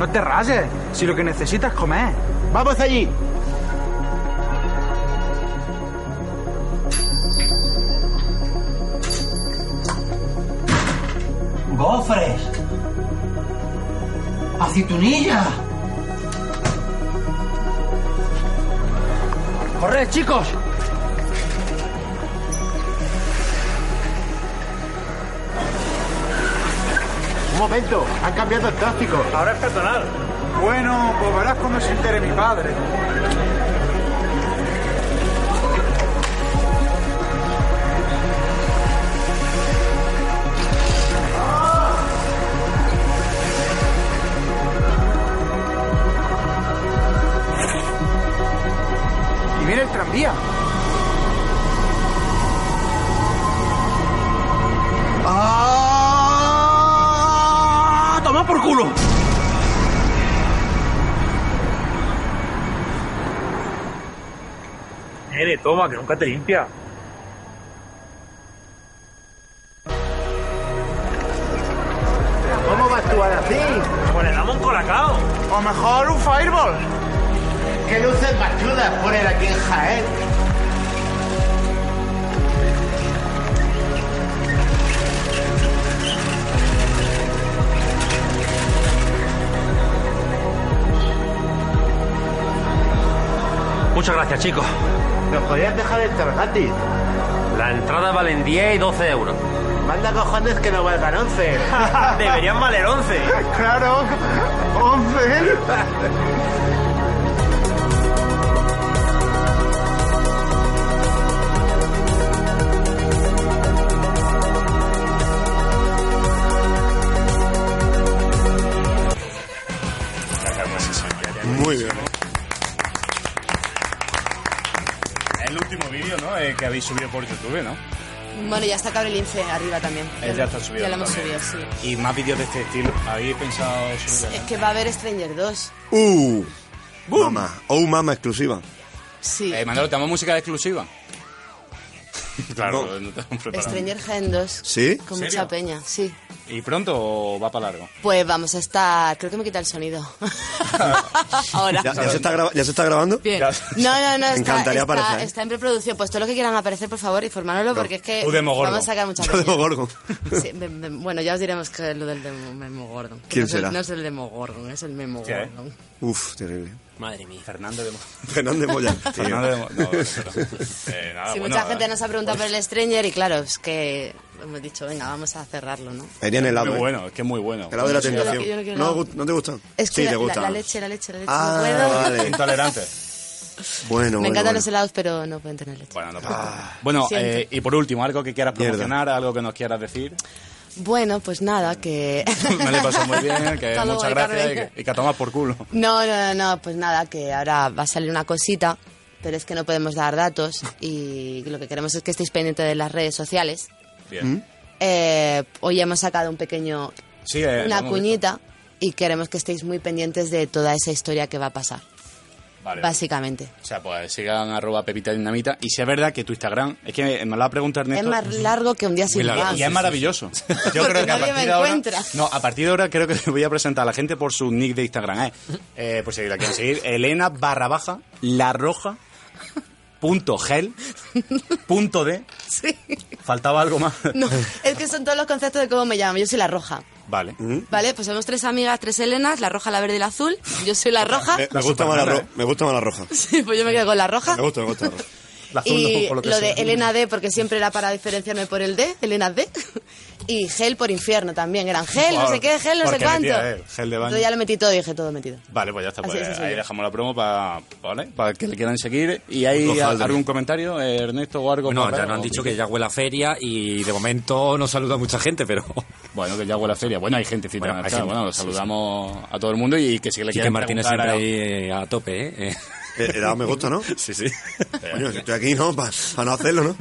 [SPEAKER 6] No te rases, si lo que necesitas es comer. ¡Vamos allí!
[SPEAKER 13] Gofres. Aceitunilla. Corred, chicos.
[SPEAKER 3] Un momento, han cambiado el táctico. Ahora es personal. Bueno, pues verás cuando se entere mi padre.
[SPEAKER 6] Y viene el tranvía.
[SPEAKER 13] ¡Ah! ¡Toma por culo!
[SPEAKER 6] Nene, toma, que nunca te limpia.
[SPEAKER 3] ¿Cómo va a actuar así? Pues le damos un colacao. O mejor un fireball. ¿Qué luces más chulas poner aquí en Jaén?
[SPEAKER 6] Muchas gracias, chicos.
[SPEAKER 3] Nos podías dejar estar gratis.
[SPEAKER 6] La entrada valen 10 y 12 euros.
[SPEAKER 3] Manda cojones que no valgan 11.
[SPEAKER 6] Deberían valer 11.
[SPEAKER 3] claro, 11.
[SPEAKER 8] Muy bien.
[SPEAKER 4] Es el último vídeo, ¿no? Eh, que habéis subido por YouTube, ¿no?
[SPEAKER 11] Bueno, ya está Cabrel Lince arriba también.
[SPEAKER 4] Eh, ya está subido.
[SPEAKER 11] Ya lo hemos
[SPEAKER 4] también.
[SPEAKER 11] subido, sí.
[SPEAKER 4] Y más vídeos de este estilo. ¿Habéis pensado subir
[SPEAKER 11] Es que va a haber Stranger 2.
[SPEAKER 8] ¡Uh! Mama. ¡Oh, mama exclusiva!
[SPEAKER 11] Sí.
[SPEAKER 4] Eh, Manolo, ¿tenemos música exclusiva? claro, no, te hemos preparado.
[SPEAKER 11] Stranger Gen 2.
[SPEAKER 4] ¿Sí?
[SPEAKER 11] Con
[SPEAKER 4] ¿Serio?
[SPEAKER 11] mucha peña, sí.
[SPEAKER 4] ¿Y pronto o va para largo?
[SPEAKER 11] Pues vamos a estar. Creo que me quita el sonido. Ahora.
[SPEAKER 8] ¿Ya, ya se está graba- ya se está grabando?
[SPEAKER 11] Bien. No, no, no.
[SPEAKER 8] Me
[SPEAKER 11] Está, está-
[SPEAKER 8] encantaría aparecer, ¿eh?
[SPEAKER 11] está en preproducción. Pues todo lo que quieran aparecer, por favor, informárnoslo, porque es que
[SPEAKER 8] Tú, Demogorgon.
[SPEAKER 11] vamos a sacar mucha
[SPEAKER 8] Yo
[SPEAKER 11] peña.
[SPEAKER 8] Demogorgon.
[SPEAKER 11] Sí, de- de- bueno, ya os diremos que es lo del demo- Demogorgon. Que
[SPEAKER 8] ¿Quién
[SPEAKER 11] no es el-
[SPEAKER 8] será?
[SPEAKER 11] No es el Demogorgon, es el Memogorgon.
[SPEAKER 8] Uf, terrible.
[SPEAKER 14] Madre mía.
[SPEAKER 4] Fernando de Mo-
[SPEAKER 8] Fernández Moya.
[SPEAKER 4] Fernando de Mo- no, no, no. Eh, nada,
[SPEAKER 11] Si
[SPEAKER 4] bueno, eh,
[SPEAKER 11] mucha gente nos ha preguntado por el Stranger y claro, es que hemos dicho, venga, vamos a cerrarlo, ¿no?
[SPEAKER 8] Ahí tiene helado.
[SPEAKER 4] Muy
[SPEAKER 8] eh.
[SPEAKER 4] bueno, es que es muy bueno.
[SPEAKER 8] Helado de la
[SPEAKER 4] Yo no
[SPEAKER 8] tentación.
[SPEAKER 11] quiero- yo no quiero
[SPEAKER 8] no,
[SPEAKER 11] helado.
[SPEAKER 8] gu- ¿no te gusta?
[SPEAKER 11] Es que
[SPEAKER 8] sí,
[SPEAKER 11] la,
[SPEAKER 8] te
[SPEAKER 11] la-
[SPEAKER 8] gusta.
[SPEAKER 11] la leche, la leche, la leche,
[SPEAKER 8] Ah,
[SPEAKER 11] no puedo.
[SPEAKER 8] vale.
[SPEAKER 4] Intolerante.
[SPEAKER 11] Me
[SPEAKER 8] Bueno, bueno,
[SPEAKER 11] encantan
[SPEAKER 8] bueno.
[SPEAKER 11] los helados, pero no pueden tener leche.
[SPEAKER 4] Bueno, no pasa nada. Bueno,
[SPEAKER 11] Siento.
[SPEAKER 4] eh, y por último, algo que quieras
[SPEAKER 8] Mierda.
[SPEAKER 4] promocionar, algo que nos quieras decir.
[SPEAKER 11] Bueno, pues nada, que...
[SPEAKER 4] Me le pasó muy bien, que
[SPEAKER 11] Hasta luego,
[SPEAKER 4] muchas gracias y
[SPEAKER 11] Carmen.
[SPEAKER 4] que, y que a tomar por culo.
[SPEAKER 11] No, no, no, no, pues nada, que ahora va a salir una cosita, pero es que no podemos dar datos y lo que queremos es que estéis pendientes de las redes sociales.
[SPEAKER 4] Bien.
[SPEAKER 11] Eh, hoy hemos sacado un pequeño,
[SPEAKER 4] Sí, eh, lo
[SPEAKER 11] una
[SPEAKER 4] hemos
[SPEAKER 11] cuñita y queremos que estéis muy pendientes de toda esa historia que va a pasar,
[SPEAKER 4] visto. Vale.
[SPEAKER 11] básicamente.
[SPEAKER 4] O sea, pues sigan arroba Pepita Dinamita. Y si es verdad que tu Instagram, es que me lo ha preguntado
[SPEAKER 11] Es
[SPEAKER 4] Ernesto.
[SPEAKER 11] más largo que un día sin más.
[SPEAKER 4] Y es maravilloso. Yo creo que a
[SPEAKER 11] nadie me
[SPEAKER 4] partir de ahora.
[SPEAKER 11] encuentra.
[SPEAKER 4] No, a partir de ahora creo que voy a presentar a la gente por su nick de Instagram. Eh. Eh, pues si la quieren seguir, Elena barra baja la roja punto gel punto de.
[SPEAKER 11] Sí.
[SPEAKER 4] Faltaba algo más.
[SPEAKER 11] No, es que son todos los conceptos de cómo me llamo. Yo soy la roja.
[SPEAKER 4] Vale.
[SPEAKER 8] Mm.
[SPEAKER 4] Eh,
[SPEAKER 11] ¿Vale? Pues somos tres amigas, tres Helenas, la roja, la verde y la azul. Yo soy la roja.
[SPEAKER 8] Me, me gusta más la ro- me gusta más la roja.
[SPEAKER 11] Sí, pues yo me quedo con la roja.
[SPEAKER 8] Me gusta, me gusta la roja.
[SPEAKER 11] Ah. y lo, de Elena D, porque siempre era para diferenciarme por el D, Elena D. Y gel por infierno también, eran gel, no sé qué, gel, no sé
[SPEAKER 4] Porque
[SPEAKER 11] cuánto.
[SPEAKER 4] metía, eh, gel de baño.
[SPEAKER 11] Entonces ya lo metí todo y dije todo metido.
[SPEAKER 4] Vale, pues ya está.
[SPEAKER 11] Así
[SPEAKER 4] Pues,
[SPEAKER 11] es, así
[SPEAKER 4] ahí
[SPEAKER 11] es.
[SPEAKER 4] dejamos la promo para ¿vale? para que le quieran seguir. ¿Y hay
[SPEAKER 6] Ojalá.
[SPEAKER 4] algún comentario, eh, Ernesto o algo?
[SPEAKER 6] No,
[SPEAKER 4] para-
[SPEAKER 6] ya nos han dicho que ya huele a feria y de momento no saluda mucha gente, pero.
[SPEAKER 4] Bueno, que ya huele a feria. Bueno, hay gente
[SPEAKER 6] Bueno, hay gente,
[SPEAKER 4] bueno,
[SPEAKER 6] sí,
[SPEAKER 4] saludamos a todo el mundo y que si le
[SPEAKER 6] Quique
[SPEAKER 4] quieren
[SPEAKER 6] Martínez siempre
[SPEAKER 4] preguntar a-
[SPEAKER 6] ahí eh, a tope, ¿eh? ¿eh?
[SPEAKER 8] Le dado me gusta, ¿no?
[SPEAKER 6] Sí, sí.
[SPEAKER 8] Coño, si estoy aquí, ¿no? Para no hacerlo, ¿no?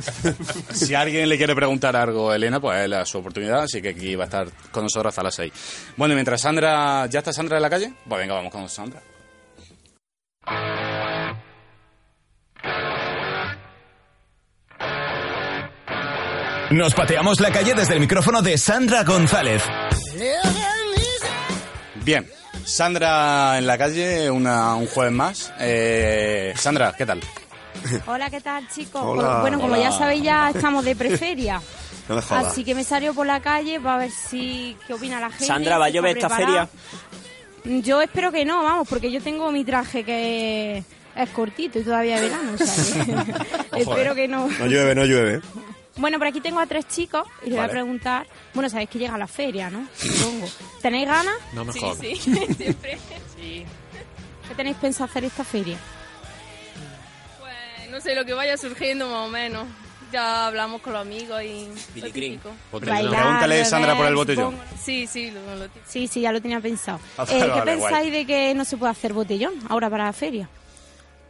[SPEAKER 4] Si alguien le quiere preguntar algo a Elena, pues es la- su oportunidad, así que aquí va a estar con nosotros hasta las 6. Bueno, y mientras Sandra, ¿ya está Sandra en la calle? Pues venga, vamos con Sandra.
[SPEAKER 3] Nos pateamos la calle desde el micrófono de Sandra González.
[SPEAKER 4] Bien, Sandra en la calle, una- un jueves más. Eh, Sandra, ¿qué tal?
[SPEAKER 15] Hola, ¿qué tal, chicos? Pues,
[SPEAKER 4] Hola.
[SPEAKER 15] bueno, como
[SPEAKER 4] Hola.
[SPEAKER 15] ya sabéis, ya estamos de preferia.
[SPEAKER 4] No me jodas.
[SPEAKER 15] Así que me salió por la calle para ver si qué opina la gente.
[SPEAKER 7] Sandra, ¿va a
[SPEAKER 15] si está
[SPEAKER 7] llover esta
[SPEAKER 15] preparada.
[SPEAKER 7] feria?
[SPEAKER 15] Yo espero que no, vamos, porque yo tengo mi traje que es cortito y todavía es verano. o sea que espero que no.
[SPEAKER 8] No llueve, no llueve.
[SPEAKER 15] Bueno, por aquí tengo a tres chicos y les voy
[SPEAKER 8] Vale.
[SPEAKER 15] a preguntar. Bueno, sabéis que llega la feria, ¿no? Supongo. ¿Tenéis ganas?
[SPEAKER 6] No me Sí, jodas. sí,
[SPEAKER 15] siempre. Sí. ¿Qué tenéis pensado hacer esta feria?
[SPEAKER 16] No sé, lo que vaya surgiendo más o menos. Ya hablamos con los amigos y... lo típico.
[SPEAKER 15] Bailar,
[SPEAKER 4] Pregúntale, Sandra, por el
[SPEAKER 15] beber,
[SPEAKER 4] botellón.
[SPEAKER 15] supongo.
[SPEAKER 16] Sí, sí, lo, lo típico.
[SPEAKER 15] Sí, sí, ya lo tenía pensado.
[SPEAKER 4] Ah,
[SPEAKER 15] Eh, ¿Qué
[SPEAKER 4] vale,
[SPEAKER 15] pensáis de que no se puede hacer botellón ahora para la feria?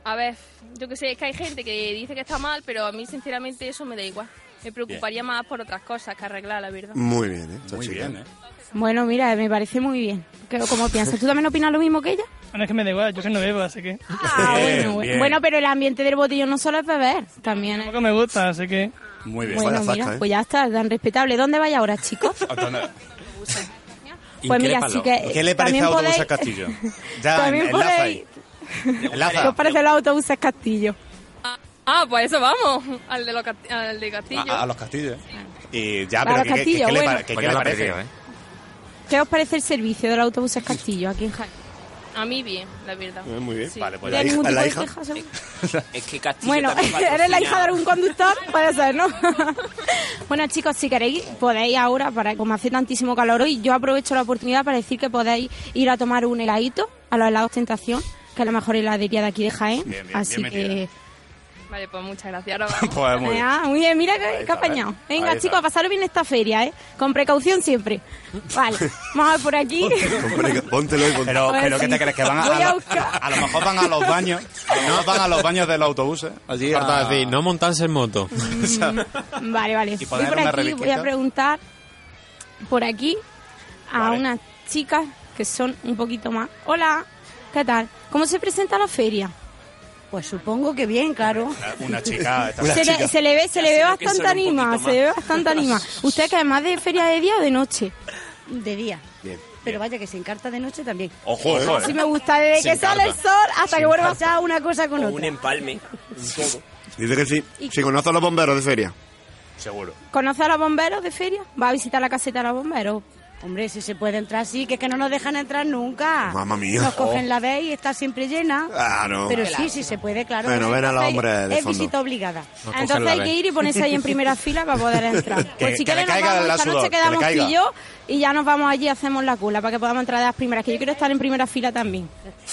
[SPEAKER 16] A ver, yo que sé, es que hay gente que dice que está mal, pero a mí sinceramente eso me da igual. Me preocuparía más por otras cosas que arreglar, la verdad.
[SPEAKER 8] Muy bien, ¿eh? Esta
[SPEAKER 4] Muy
[SPEAKER 8] chica.
[SPEAKER 4] bien, ¿eh?
[SPEAKER 15] Bueno, mira, me parece muy bien. ¿Qué- ¿Cómo piensas? ¿Tú también opinas lo mismo que ella?
[SPEAKER 17] Bueno, es que me da igual, yo que no bebo, así que.
[SPEAKER 15] Ah, bueno, bueno. Bueno, pero el ambiente del botellón no solo es beber, también es...
[SPEAKER 17] Tampoco me gusta, así que.
[SPEAKER 4] Muy
[SPEAKER 15] Bueno,
[SPEAKER 4] ¿eh?
[SPEAKER 15] mira,
[SPEAKER 8] ¿eh?
[SPEAKER 15] pues ya está, tan respetable. ¿Dónde vais ahora, chicos? Pues mira, así que...
[SPEAKER 4] ¿Qué le parece a
[SPEAKER 15] también
[SPEAKER 4] Autobuses
[SPEAKER 15] podéis-
[SPEAKER 4] Castillo? Ya, en-
[SPEAKER 15] también
[SPEAKER 4] enlaza
[SPEAKER 15] podéis...
[SPEAKER 4] ahí. Enlaza.
[SPEAKER 15] ¿Qué os parece los autobuses Castillo?
[SPEAKER 16] Ah, pues eso vamos, al de, los cast- al de Castillo.
[SPEAKER 4] A, a los castillos. Y ya,
[SPEAKER 15] A
[SPEAKER 4] pero
[SPEAKER 15] los
[SPEAKER 4] ¿qué- qué-
[SPEAKER 15] Castillo,
[SPEAKER 4] qué le
[SPEAKER 15] bueno.
[SPEAKER 4] pa-
[SPEAKER 15] Ah.
[SPEAKER 4] qué-
[SPEAKER 15] Pues
[SPEAKER 4] qué
[SPEAKER 15] ya
[SPEAKER 4] le
[SPEAKER 15] la
[SPEAKER 4] parece?
[SPEAKER 15] perdió, ¿Qué os parece el servicio del autobuses Castillo aquí en Jaén?
[SPEAKER 16] A mí bien, la verdad.
[SPEAKER 8] Eh, muy bien.
[SPEAKER 16] Sí.
[SPEAKER 4] Vale, pues
[SPEAKER 15] ¿Hay
[SPEAKER 4] la hija.
[SPEAKER 15] ningún tipo
[SPEAKER 4] la
[SPEAKER 15] de
[SPEAKER 4] hija.
[SPEAKER 15] queja, seguro?
[SPEAKER 7] Es que Castillo
[SPEAKER 15] Bueno,
[SPEAKER 7] también
[SPEAKER 15] ¿eres la hija
[SPEAKER 7] patrocina-
[SPEAKER 15] de algún conductor? Puede ser, ¿no? bueno, chicos, si queréis, podéis ahora, para como hace tantísimo calor hoy, yo aprovecho la oportunidad para decir que podéis ir a tomar un heladito a los helados Tentación, que es la mejor heladería de aquí de Jaén.
[SPEAKER 16] Bien, bien,
[SPEAKER 15] Así
[SPEAKER 16] bien
[SPEAKER 15] que...
[SPEAKER 16] metida. Vale, pues muchas gracias. Ahora vamos.
[SPEAKER 4] Pues muy bien.
[SPEAKER 15] Ah, muy bien, mira
[SPEAKER 4] Ahí
[SPEAKER 15] que, que
[SPEAKER 4] está,
[SPEAKER 15] apañado.
[SPEAKER 4] ¿eh?
[SPEAKER 15] Venga,
[SPEAKER 4] Ahí está.
[SPEAKER 15] chicos, a pasaros bien esta feria, ¿eh? Con precaución siempre. Vale, vamos a ver por aquí.
[SPEAKER 8] Póntelo, póntelo y póntelo.
[SPEAKER 4] Pero, pero ¿qué te crees? Que van a,
[SPEAKER 15] pues Voy a
[SPEAKER 4] a lo-
[SPEAKER 15] buscar.
[SPEAKER 4] a lo mejor van a los baños. A lo mejor van a los baños de los autobuses. Allí a...
[SPEAKER 9] Aparta de ti, no montarse en moto.
[SPEAKER 15] Vale, vale.
[SPEAKER 9] Y
[SPEAKER 15] Voy
[SPEAKER 9] poner
[SPEAKER 15] por
[SPEAKER 9] una
[SPEAKER 15] aquí, voy
[SPEAKER 9] reliquita.
[SPEAKER 15] a preguntar por aquí a unas chicas que son un poquito más. Hola, ¿qué tal? ¿Cómo se presenta la feria? Pues supongo que bien, claro.
[SPEAKER 4] Una chica. esta-
[SPEAKER 15] Se le, se le ve, se le ve
[SPEAKER 18] creo que
[SPEAKER 15] bastante
[SPEAKER 18] son un poquito
[SPEAKER 15] anima,
[SPEAKER 18] más.
[SPEAKER 15] se le ve bastante anima. ¿Usted que además de feria de día o de noche?
[SPEAKER 18] De día.
[SPEAKER 4] Bien.
[SPEAKER 18] Pero vaya que se encarta de noche también.
[SPEAKER 4] Ojo, ojo,
[SPEAKER 15] Así
[SPEAKER 4] eh.
[SPEAKER 15] me gusta, desde
[SPEAKER 4] Se
[SPEAKER 15] que sale el
[SPEAKER 4] encarta.
[SPEAKER 15] sol hasta
[SPEAKER 4] Se
[SPEAKER 15] que vuelva
[SPEAKER 4] encarta.
[SPEAKER 15] ya una cosa con
[SPEAKER 7] O
[SPEAKER 15] otra.
[SPEAKER 7] un empalme. Un poco.
[SPEAKER 8] Dice que sí. Si conoce a los bomberos de feria.
[SPEAKER 4] Seguro.
[SPEAKER 15] ¿Conoce a los bomberos de feria? ¿Va a visitar la caseta de los bomberos?
[SPEAKER 18] Hombre, si se puede entrar, sí, que es que no nos dejan entrar nunca.
[SPEAKER 8] Mamma mía.
[SPEAKER 18] Nos cogen
[SPEAKER 8] Oh.
[SPEAKER 18] la vez y está siempre llena.
[SPEAKER 4] Ah,
[SPEAKER 8] Claro.
[SPEAKER 18] Pero
[SPEAKER 8] Qué
[SPEAKER 18] sí, sí se puede, claro.
[SPEAKER 8] Bueno, ven a los
[SPEAKER 18] Entonces,
[SPEAKER 8] hombres de
[SPEAKER 18] Es
[SPEAKER 8] fondo.
[SPEAKER 18] visita obligada.
[SPEAKER 8] Nos cogen
[SPEAKER 15] Entonces
[SPEAKER 8] la
[SPEAKER 15] hay
[SPEAKER 8] vez.
[SPEAKER 15] que ir y ponerse ahí en primera fila para poder entrar.
[SPEAKER 8] Que-
[SPEAKER 15] pues si
[SPEAKER 8] que
[SPEAKER 15] quieres
[SPEAKER 8] le
[SPEAKER 15] nos
[SPEAKER 8] caiga
[SPEAKER 15] vamos,
[SPEAKER 8] la
[SPEAKER 15] esta
[SPEAKER 8] sudor,
[SPEAKER 15] noche
[SPEAKER 8] que le
[SPEAKER 15] quedamos tú
[SPEAKER 8] caiga.
[SPEAKER 15] y yo y ya nos vamos allí y hacemos la cula para que podamos entrar de las primeras, que yo quiero estar en primera fila también.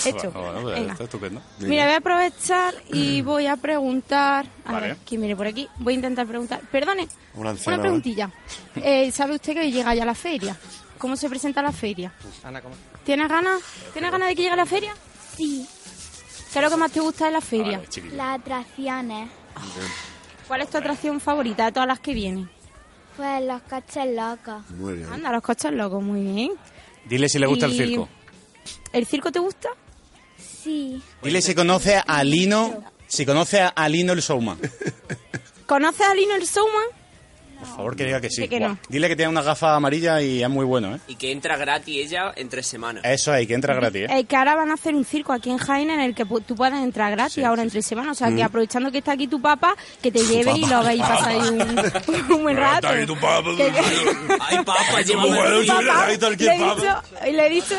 [SPEAKER 15] Hecho.
[SPEAKER 4] Bueno, pues,
[SPEAKER 15] Venga.
[SPEAKER 4] está estupendo.
[SPEAKER 15] Mira, voy a aprovechar y voy a preguntar. A
[SPEAKER 4] Vale.
[SPEAKER 15] ver, ¿quién viene por aquí? Voy a intentar preguntar. Perdone,
[SPEAKER 8] Una anciana,
[SPEAKER 15] una preguntilla. Eh, ¿Sabe usted que llega ya la feria? ¿Cómo se presenta la feria?
[SPEAKER 19] Ana, ¿cómo?
[SPEAKER 15] ¿Tienes ganas? ¿Tienes ganas de que llegue la feria? Sí. ¿Qué es lo que más te gusta de la feria?
[SPEAKER 20] Las atracciones,
[SPEAKER 15] ¿Cuál es tu atracción favorita de todas las que vienen?
[SPEAKER 20] pues los coches locos.
[SPEAKER 4] Muy bien.
[SPEAKER 15] Anda, los coches locos, muy bien.
[SPEAKER 4] Dile si le gusta el
[SPEAKER 15] Y-
[SPEAKER 4] circo.
[SPEAKER 15] ¿El circo te gusta?
[SPEAKER 20] Sí.
[SPEAKER 4] Dile si conoce a Lino, si conoce a Lino el showman.
[SPEAKER 15] ¿Conoces a Lino el Showman?
[SPEAKER 4] Por favor, que diga que sí.
[SPEAKER 15] Sí que no.
[SPEAKER 4] Buah. Dile que tiene una gafa amarilla y es muy bueno, ¿eh?
[SPEAKER 7] Y que entra gratis ella entre semanas.
[SPEAKER 4] Eso ahí, que entra gratis, ¿eh?
[SPEAKER 15] Eh, que ahora van a hacer un circo aquí en Jaén en el que pu- tú puedes entrar gratis ahora entre semana. O sea, que
[SPEAKER 4] Mm.
[SPEAKER 15] aprovechando que está aquí tu papá, que te lleve y lo veis pasar ahí un, un buen rato.
[SPEAKER 7] Papá, llévame
[SPEAKER 15] Papá,
[SPEAKER 7] al cine.
[SPEAKER 15] le, he dicho, le he dicho,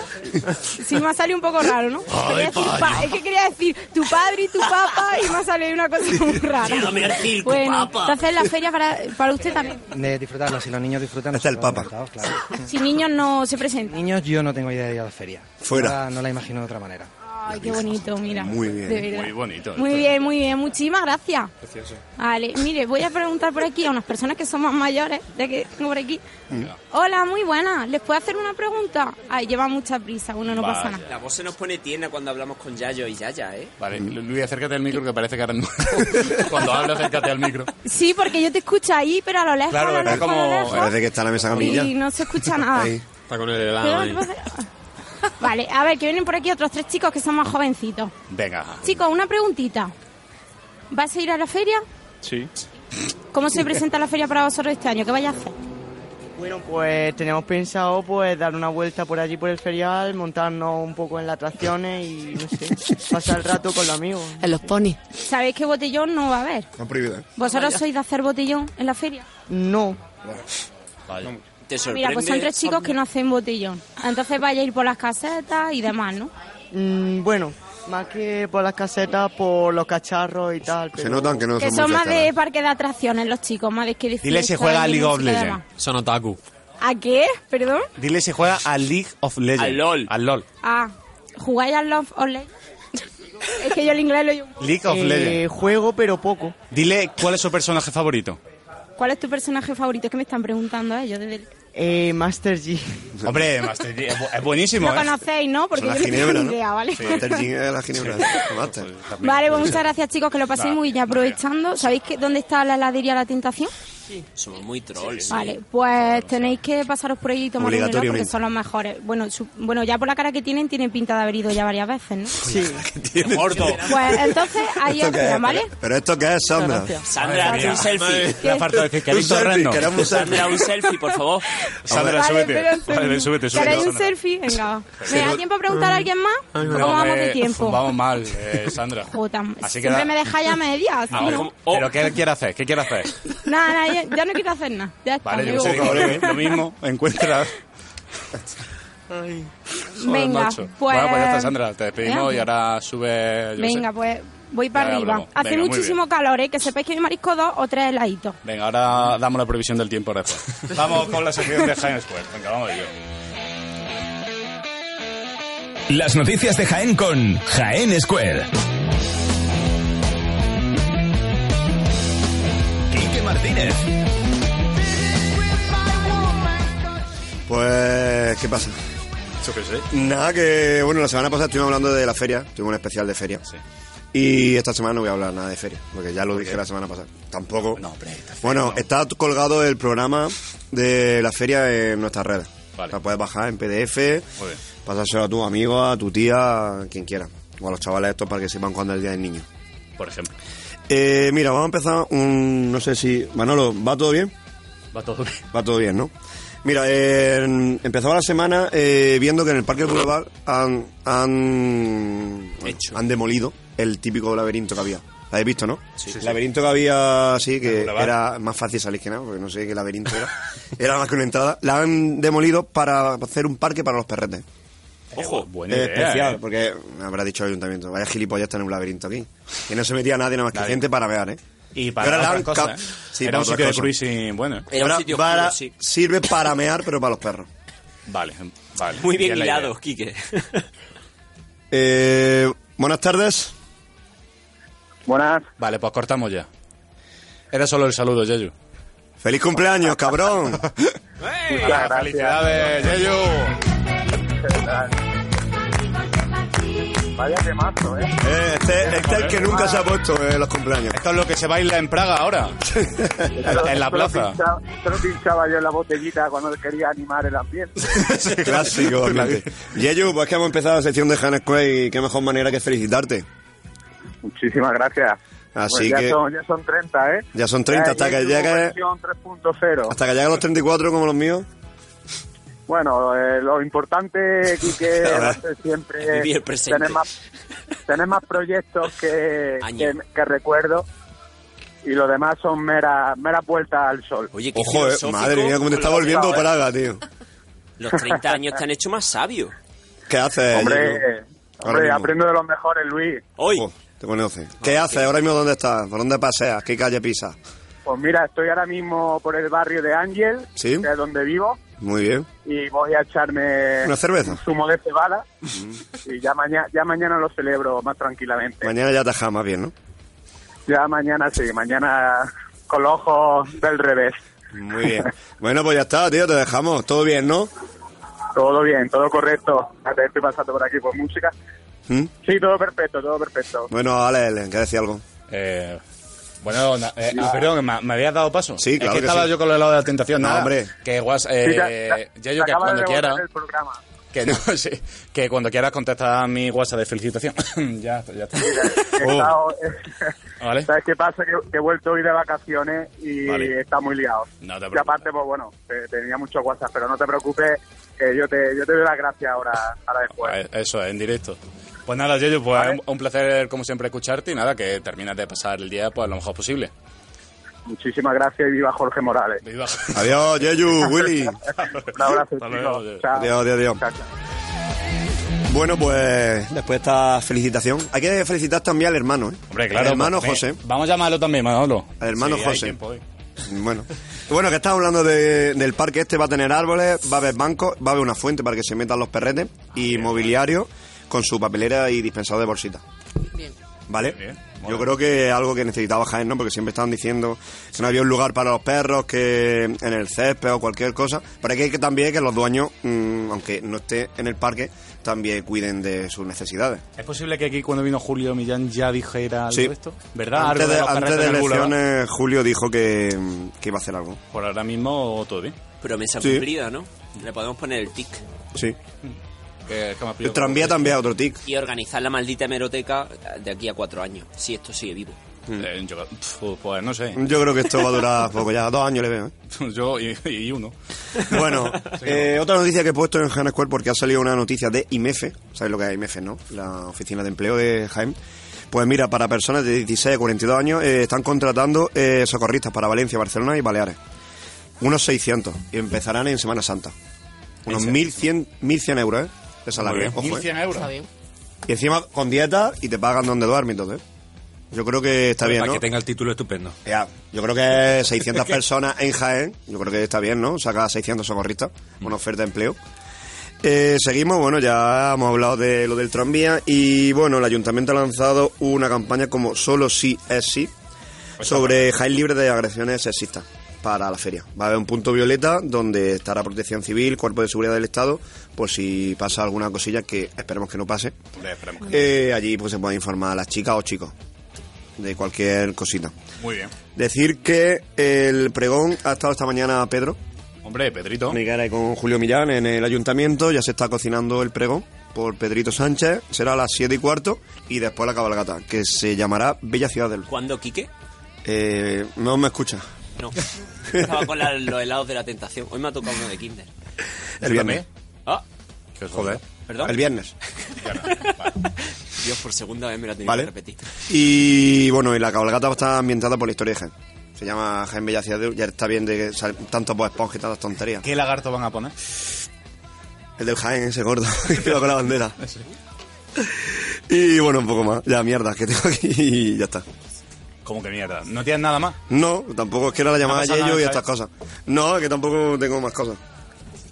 [SPEAKER 15] sí me ha salido un poco raro, ¿no?
[SPEAKER 7] Ay,
[SPEAKER 15] Quería decir, pa- es que quería decir tu padre y tu papá y me ha salido una cosa muy rara.
[SPEAKER 19] Llévame al circo,
[SPEAKER 15] bueno,
[SPEAKER 19] papá.
[SPEAKER 15] entonces la feria para, para usted también.
[SPEAKER 19] De disfrutarla, si los niños disfrutan. Está el Papa. Claro.
[SPEAKER 8] Ah,
[SPEAKER 15] Si niños no se presentan.
[SPEAKER 19] Niños, yo no tengo idea de ir a la feria.
[SPEAKER 8] Fuera.
[SPEAKER 19] No la, no la imagino de otra manera.
[SPEAKER 15] Ay, qué bonito, mira.
[SPEAKER 19] Muy bien.
[SPEAKER 15] de verdad.
[SPEAKER 19] Muy bonito.
[SPEAKER 15] Muy bien, Eh, muy bien. Muchísimas gracias.
[SPEAKER 19] Precioso.
[SPEAKER 15] Vale, mire, voy a preguntar por aquí a unas personas que son más mayores, ya que tengo por aquí. Hola, muy buenas. ¿Les puedo hacer una pregunta? Ay, lleva mucha prisa, uno no pasa nada.
[SPEAKER 7] La voz se nos pone tierna cuando hablamos con Yayo y Yaya, ¿eh?
[SPEAKER 4] Vale,
[SPEAKER 8] Mm.
[SPEAKER 4] Lu- Luis, acércate al micro que parece que ahora mismo- Cuando habla, acércate al micro.
[SPEAKER 15] Sí, porque yo te escucho ahí, pero a lo lejos, a lo lejos, a lo lejos,
[SPEAKER 8] Parece que está la mesa camilla.
[SPEAKER 15] y no se escucha nada.
[SPEAKER 8] Ahí.
[SPEAKER 6] Está con el
[SPEAKER 15] Pero, ¿qué pasa? Vale, a ver, que vienen por aquí otros tres chicos que son más jovencitos.
[SPEAKER 4] Venga.
[SPEAKER 15] Chicos, una preguntita. ¿Vas a ir a la feria?
[SPEAKER 12] Sí.
[SPEAKER 15] ¿Cómo se presenta la feria para vosotros este año? ¿Qué vais a hacer?
[SPEAKER 12] Bueno, pues teníamos pensado pues dar una vuelta por allí por el ferial, montarnos un poco en las atracciones y no sé, pasar el rato con los amigos.
[SPEAKER 11] En los ponis.
[SPEAKER 15] ¿Sabéis que botellón no va a haber?
[SPEAKER 8] No prohibido.
[SPEAKER 15] ¿Vosotros
[SPEAKER 12] Vaya.
[SPEAKER 15] sois de hacer botellón en la feria?
[SPEAKER 12] No.
[SPEAKER 7] Te sorprende.
[SPEAKER 15] Mira, pues son tres chicos que no hacen botellón. Entonces vaya a ir por las casetas y demás, ¿no?
[SPEAKER 12] Mm, bueno, más que por las casetas, por los cacharros y tal.
[SPEAKER 8] Se notan que no
[SPEAKER 15] que son más de parque de atracciones los chicos, más de que disfrutan.
[SPEAKER 4] Dile si juega a League of Legends.
[SPEAKER 15] Legends.
[SPEAKER 4] Son otaku.
[SPEAKER 15] ¿A qué? ¿Perdón?
[SPEAKER 4] Dile si juega a League of Legends. Al LOL. Al LOL.
[SPEAKER 15] Ah, ¿jugáis a Love of Legends? es que yo el inglés lo llevo. un poco.
[SPEAKER 4] League of
[SPEAKER 15] Eh,
[SPEAKER 4] Legends.
[SPEAKER 12] Juego, pero poco.
[SPEAKER 4] Dile cuál es su personaje favorito.
[SPEAKER 15] ¿Cuál es tu personaje favorito? Es que me están preguntando ellos desde el...
[SPEAKER 12] Eh, Master G.
[SPEAKER 4] Hombre, Master Yi, es bu- es buenísimo,
[SPEAKER 15] Lo
[SPEAKER 4] ¿eh?
[SPEAKER 15] conocéis, ¿no? Porque yo no tengo ni idea, ¿vale?
[SPEAKER 8] la ginebra. Master.
[SPEAKER 15] Vale, pues muchas gracias chicos, que lo paséis
[SPEAKER 8] Nada,
[SPEAKER 15] muy bien. Aprovechando, ¿sabéis que dónde está la heladería La Tentación?
[SPEAKER 7] Somos muy trolls.
[SPEAKER 15] Vale, pues tenéis que pasaros por ahí y tomar un helado porque
[SPEAKER 7] Obligatoriamente.
[SPEAKER 15] son los mejores. Bueno, su- bueno, ya por la cara que tienen, tienen pinta de haber ido ya varias veces, ¿no?
[SPEAKER 12] Sí.
[SPEAKER 4] Mordo.
[SPEAKER 15] Pues entonces ahí os
[SPEAKER 8] ¿Esto qué es?
[SPEAKER 15] quedan, ¿vale?
[SPEAKER 8] Pero- Pero esto qué es, Sandra.
[SPEAKER 15] Gracias.
[SPEAKER 7] Sandra,
[SPEAKER 8] Madre
[SPEAKER 7] un
[SPEAKER 8] mía.
[SPEAKER 7] selfie.
[SPEAKER 8] Madre-
[SPEAKER 7] Me ha faltado decir que
[SPEAKER 8] Un
[SPEAKER 7] eres
[SPEAKER 8] selfie,
[SPEAKER 7] torrendo.
[SPEAKER 8] queremos un selfie.
[SPEAKER 7] Sandra, un selfie, por favor.
[SPEAKER 4] Sandra,
[SPEAKER 15] Vale,
[SPEAKER 4] súbete.
[SPEAKER 15] pero un
[SPEAKER 4] Vale,
[SPEAKER 15] segundo.
[SPEAKER 4] súbete, súbete.
[SPEAKER 15] ¿Queréis un
[SPEAKER 4] Sandra.
[SPEAKER 15] selfie? Venga, va.
[SPEAKER 4] Sí.
[SPEAKER 15] ¿Me da tiempo a preguntar a alguien más? ¿O ¿Cómo
[SPEAKER 4] No,
[SPEAKER 15] vamos
[SPEAKER 4] eh,
[SPEAKER 15] de tiempo?
[SPEAKER 4] Vamos mal, eh, Sandra.
[SPEAKER 15] Jota,
[SPEAKER 4] Así que
[SPEAKER 15] siempre
[SPEAKER 4] da-
[SPEAKER 15] me deja ya
[SPEAKER 1] Ah,
[SPEAKER 15] media, ¿sí,
[SPEAKER 4] A ver,
[SPEAKER 15] no?
[SPEAKER 4] ¿cómo- ¿Pero qué quiere hacer? ¿Qué quiere hacer?
[SPEAKER 15] Nada, nada, ya, ya no quiero hacer nada. Ya está,
[SPEAKER 4] Vale,
[SPEAKER 15] me
[SPEAKER 4] yo sé
[SPEAKER 15] voy.
[SPEAKER 4] que ahora lo mismo encuentra. Joder,
[SPEAKER 15] Venga,
[SPEAKER 4] macho.
[SPEAKER 15] pues...
[SPEAKER 4] Bueno, pues ya está, Sandra, te despedimos
[SPEAKER 15] eh,
[SPEAKER 4] y ahora sube. yo qué sé.
[SPEAKER 15] Venga, pues voy para
[SPEAKER 4] Ya
[SPEAKER 15] arriba.
[SPEAKER 4] hablamos.
[SPEAKER 15] Hace
[SPEAKER 4] Venga, muy
[SPEAKER 15] muchísimo calor, ¿eh? Que sepáis que mi marisco dos o tres heladitos.
[SPEAKER 4] Venga, ahora damos la previsión del tiempo después. Vamos con la sección de Jaime Square. Venga, vamos yo.
[SPEAKER 3] Las noticias de Jaén con Jaén Square. Quique Martínez.
[SPEAKER 4] Eh,
[SPEAKER 8] Pues, ¿qué pasa?
[SPEAKER 4] Yo qué sé.
[SPEAKER 8] Nada, que bueno, la semana pasada estuvimos hablando de la feria, tuvimos un especial de feria. Y esta semana no voy a hablar nada de feria, porque ya lo dije la semana pasada. Tampoco. bueno, está colgado el programa de la feria en nuestras redes. La puedes bajar en PDF,
[SPEAKER 4] Muy bien.
[SPEAKER 8] pasárselo a tu amigo, a tu tía, a quien quiera. O a los chavales estos para que sepan cuándo es el día del niño.
[SPEAKER 4] Por ejemplo.
[SPEAKER 8] Eh, mira, vamos a empezar un. No sé si. Manolo, ¿va todo bien?
[SPEAKER 4] Va todo bien.
[SPEAKER 8] Va todo bien, ¿no? Mira, eh, empezaba la semana eh, viendo que en el Parque Boulevard han, han, han demolido el típico laberinto que había. La habéis visto, ¿no?
[SPEAKER 4] Sí, sí,
[SPEAKER 8] El
[SPEAKER 4] sí.
[SPEAKER 8] laberinto que había así, que
[SPEAKER 4] Boulevard.
[SPEAKER 8] era más fácil salir que nada, porque no sé qué laberinto era. Era más que una entrada. La han demolido para hacer un parque para los perretes.
[SPEAKER 4] Ojo, buena
[SPEAKER 8] Es
[SPEAKER 4] idea,
[SPEAKER 8] especial,
[SPEAKER 4] eh.
[SPEAKER 8] porque me habrá dicho el ayuntamiento, vaya gilipollas tener un laberinto aquí. Que no se metía nadie nada más que gente para ver, ¿eh?
[SPEAKER 4] Y
[SPEAKER 8] Pero
[SPEAKER 4] para
[SPEAKER 8] ahora la
[SPEAKER 4] otras
[SPEAKER 8] han
[SPEAKER 4] cosas,
[SPEAKER 8] ca-
[SPEAKER 4] ¿eh?
[SPEAKER 8] sí,
[SPEAKER 4] Era
[SPEAKER 8] para
[SPEAKER 4] un
[SPEAKER 8] otras
[SPEAKER 4] sitio de
[SPEAKER 8] cosas.
[SPEAKER 4] cruising bueno.
[SPEAKER 8] Ahora para- Sirve para mear, pero para los perros.
[SPEAKER 4] Vale, vale.
[SPEAKER 7] Muy bien
[SPEAKER 4] la
[SPEAKER 7] hilado,
[SPEAKER 4] idea.
[SPEAKER 7] Quique.
[SPEAKER 8] Eh, buenas tardes.
[SPEAKER 1] Buenas.
[SPEAKER 4] Vale, pues cortamos ya. Era solo el saludo, Yeyu.
[SPEAKER 8] ¡Feliz cumpleaños, cabrón!
[SPEAKER 4] Muchas ¡Felicidades, Yeyu!
[SPEAKER 1] Vaya temazo, ¿eh?
[SPEAKER 8] Eh, este este es el que nunca se ha puesto en los cumpleaños.
[SPEAKER 4] Esto es lo que se baila en Praga ahora. en la plaza.
[SPEAKER 1] Solo pinchaba, solo pinchaba yo en la botellita cuando quería animar el ambiente.
[SPEAKER 8] Clásico, obviamente. Yeyu, pues que hemos empezado la sección de Han Square y qué mejor manera que felicitarte.
[SPEAKER 1] Muchísimas gracias.
[SPEAKER 8] Así
[SPEAKER 1] Bueno,
[SPEAKER 8] que-
[SPEAKER 1] ya, son, ya son 30, ¿eh?
[SPEAKER 8] Ya son 30, hasta que llegue-
[SPEAKER 1] Son 3.0.
[SPEAKER 8] Hasta que lleguen los 34 como los míos.
[SPEAKER 1] Bueno, eh, lo importante, Quique,
[SPEAKER 8] Ahora.
[SPEAKER 1] va a ser siempre
[SPEAKER 8] Vivir el presente.
[SPEAKER 1] tener más, tener más proyectos que, que, que recuerdo y lo demás son meras meras vueltas al sol.
[SPEAKER 7] Oye, qué
[SPEAKER 8] Ojo, eh,
[SPEAKER 7] filosófico
[SPEAKER 8] madre mía, cómo te
[SPEAKER 7] con
[SPEAKER 8] está
[SPEAKER 7] la-
[SPEAKER 8] volviendo Praga, tío.
[SPEAKER 7] Los 30 años te han hecho más sabio.
[SPEAKER 8] ¿Qué haces,
[SPEAKER 7] Hombre,
[SPEAKER 8] Yeyu? Ahora
[SPEAKER 1] Hombre,
[SPEAKER 8] mismo.
[SPEAKER 1] aprendo de los mejores, Luis.
[SPEAKER 7] Hoy.
[SPEAKER 8] Oh, Te conoce.
[SPEAKER 4] Ah,
[SPEAKER 8] ¿Qué haces? Ahora mismo, ¿dónde estás? ¿Por dónde paseas? ¿Qué calle pisas?
[SPEAKER 1] Pues mira, estoy ahora mismo por el barrio de Ángel,
[SPEAKER 8] Sí.
[SPEAKER 1] que es donde vivo,
[SPEAKER 8] Muy bien.
[SPEAKER 1] y voy a
[SPEAKER 4] Eh.
[SPEAKER 1] echarme
[SPEAKER 8] ¿Una cerveza?
[SPEAKER 1] un zumo de cebada y ya, mañana ya mañana lo celebro más tranquilamente.
[SPEAKER 8] Mañana ya tajá más bien, ¿no?
[SPEAKER 1] Ya mañana sí, mañana con los ojos del revés.
[SPEAKER 8] Muy bien. Bueno, pues ya está, tío, te dejamos. Todo bien, ¿no?
[SPEAKER 1] Todo bien, todo correcto. Ya te Estoy pasando por aquí por música.
[SPEAKER 8] ¿Mm?
[SPEAKER 1] Sí, todo perfecto, todo perfecto.
[SPEAKER 8] Bueno, Ale, Ale, que decía algo.
[SPEAKER 4] Eh, bueno, na- eh, ah, perdón, ¿me, me habías dado paso?
[SPEAKER 8] Sí, claro
[SPEAKER 4] Es que,
[SPEAKER 8] que
[SPEAKER 4] estaba
[SPEAKER 8] sí.
[SPEAKER 4] yo con lo helado de la tentación.
[SPEAKER 8] No,
[SPEAKER 4] nada,
[SPEAKER 8] hombre.
[SPEAKER 4] Que guas,
[SPEAKER 1] Sí, te-
[SPEAKER 4] eh,
[SPEAKER 1] te-
[SPEAKER 4] Yayo,
[SPEAKER 1] te
[SPEAKER 4] que
[SPEAKER 1] acabas
[SPEAKER 4] cuando
[SPEAKER 1] de
[SPEAKER 4] quiera.
[SPEAKER 1] devolver el programa.
[SPEAKER 4] Que no, sí, que cuando quieras contesta a mi WhatsApp de felicitación. ya, está, ya está.
[SPEAKER 1] He
[SPEAKER 4] Oh,
[SPEAKER 1] estado-
[SPEAKER 4] vale.
[SPEAKER 1] ¿Sabes qué pasa? Que, que he vuelto hoy de vacaciones y
[SPEAKER 4] Vale.
[SPEAKER 1] está muy liado.
[SPEAKER 4] No te
[SPEAKER 1] y aparte, pues bueno, te- tenía mucho WhatsApp, pero no te preocupes, que yo te, yo te doy las gracias ahora, ahora después.
[SPEAKER 4] Eh, Eso es, en directo. Pues nada, Yeyo, pues un- un placer como siempre escucharte y nada, que termines de pasar el día pues lo mejor posible.
[SPEAKER 1] Muchísimas gracias y viva Jorge Morales.
[SPEAKER 4] Viva.
[SPEAKER 8] Adiós, Yeyu, Willy.
[SPEAKER 1] Un abrazo,
[SPEAKER 4] Hasta luego,
[SPEAKER 1] chicos. Chao.
[SPEAKER 8] Adiós, adiós, adiós. Bueno, pues después de esta felicitación, hay que felicitar también al hermano, ¿eh?
[SPEAKER 4] Hombre, claro.
[SPEAKER 8] Al hermano
[SPEAKER 4] pues,
[SPEAKER 8] José.
[SPEAKER 4] ven, Vamos a llamarlo también, Manolo.
[SPEAKER 8] Al hermano
[SPEAKER 4] Sí, hay
[SPEAKER 8] José.
[SPEAKER 4] tiempo hoy.
[SPEAKER 8] Bueno. Bueno, que estás hablando de- del parque este, va a tener árboles, va a haber bancos, va a haber una fuente para que se metan los perretes
[SPEAKER 4] Ah,
[SPEAKER 8] y mobiliario con su papelera y dispensador de bolsitas. ¿Vale? Yo creo que es algo que necesitaba Jaén, ¿no? Porque siempre estaban diciendo que no había un lugar para los perros, que en el césped o cualquier cosa. Pero aquí hay que también que los dueños, mm, aunque no esté en el parque, también cuiden de sus necesidades.
[SPEAKER 4] ¿Es posible que aquí cuando vino Julio Millán ya dijera algo
[SPEAKER 8] Sí.
[SPEAKER 4] de esto? ¿Verdad?
[SPEAKER 8] Antes
[SPEAKER 4] Algo
[SPEAKER 8] de,
[SPEAKER 4] los
[SPEAKER 8] antes
[SPEAKER 4] carretes
[SPEAKER 8] de
[SPEAKER 4] en el boulevard.
[SPEAKER 8] elecciones, Julio dijo que, que iba a hacer algo.
[SPEAKER 4] Por ahora mismo todo bien.
[SPEAKER 7] Promesa
[SPEAKER 8] Sí.
[SPEAKER 7] cumplida, ¿no? Le podemos poner el tic.
[SPEAKER 8] Sí.
[SPEAKER 4] Que, que me ha pillado
[SPEAKER 8] El tranvía
[SPEAKER 4] como-
[SPEAKER 8] también es otro tic.
[SPEAKER 7] Y organizar la maldita hemeroteca de aquí a cuatro años, si esto sigue vivo.
[SPEAKER 4] Eh, yo- pf, pues no sé.
[SPEAKER 8] Yo creo que esto va a durar poco, ya dos años le veo. ¿eh?
[SPEAKER 4] Yo y, y uno.
[SPEAKER 8] Bueno, eh, otra noticia que he puesto en Jaén Square porque ha salido una noticia de IMEFE, ¿sabéis lo que es IMEFE, no? La oficina de empleo de Jaén. Pues mira, para personas de 16 a 42 años eh, están contratando eh, socorristas para Valencia, Barcelona y Baleares. Unos 600 y empezarán en Semana Santa. Unos 1.100, 1.100 euros, ¿eh? De salario, ojo, ¿eh?
[SPEAKER 4] 1100 euros.
[SPEAKER 8] Y encima con dieta y te pagan donde duermes y todo, ¿eh? Yo creo que está bien,
[SPEAKER 6] Para
[SPEAKER 8] ¿no?
[SPEAKER 6] que tenga el título estupendo.
[SPEAKER 8] Ya, yo creo que 600 personas en Jaén, yo creo que está bien, ¿no? Saca 600 socorristas, una oferta de empleo. Eh, seguimos, bueno, ya hemos hablado de lo del tranvía y bueno, el ayuntamiento ha lanzado una campaña como Solo sí es sí sobre Jaén libre de agresiones sexistas para la feria. Va a haber un punto violeta donde estará protección civil, cuerpo de seguridad del Estado, por si pasa alguna cosilla que esperemos que no pase.
[SPEAKER 4] Hombre, esperemos que-
[SPEAKER 8] Eh, allí pues se puede informar a las chicas o chicos de cualquier cosita.
[SPEAKER 4] Muy bien.
[SPEAKER 8] Decir que el pregón ha estado esta mañana Pedro.
[SPEAKER 4] Hombre, Pedrito.
[SPEAKER 8] Me quedaré con Julio Millán en el ayuntamiento. Ya se está cocinando el pregón por Pedrito Sánchez. Será a las 7 y cuarto y después la cabalgata, que se llamará Bella Ciudad del Luz.
[SPEAKER 7] ¿Cuándo, Quique?
[SPEAKER 8] Eh, no me escucha.
[SPEAKER 7] No. Estaba con la- los helados de la tentación. Hoy me ha tocado uno de Kinder.
[SPEAKER 8] El viernes.
[SPEAKER 7] Ah,
[SPEAKER 8] Joder.
[SPEAKER 7] ¿Perdón?
[SPEAKER 8] El viernes.
[SPEAKER 7] Dios, por segunda vez me la tenía
[SPEAKER 8] Vale.
[SPEAKER 7] que repetir.
[SPEAKER 8] Y bueno, y la cabalgata está ambientada por la historia de Jaén. Se llama Jaén Bella Ciudad, ya está bien de que sal- tanto Bob Esponja y tantas tonterías.
[SPEAKER 4] ¿Qué lagarto van a poner?
[SPEAKER 8] El del Jaén, ese gordo, que va con la bandera. Y bueno, un poco más. Ya, mierda, que tengo aquí y ya está.
[SPEAKER 4] Como que mierda. ¿No tienes nada más?
[SPEAKER 8] No, tampoco es que era la llamada
[SPEAKER 4] pasa
[SPEAKER 8] de
[SPEAKER 4] nada,
[SPEAKER 8] ellos y
[SPEAKER 4] ¿sabes?
[SPEAKER 8] estas cosas. No, que tampoco tengo más cosas.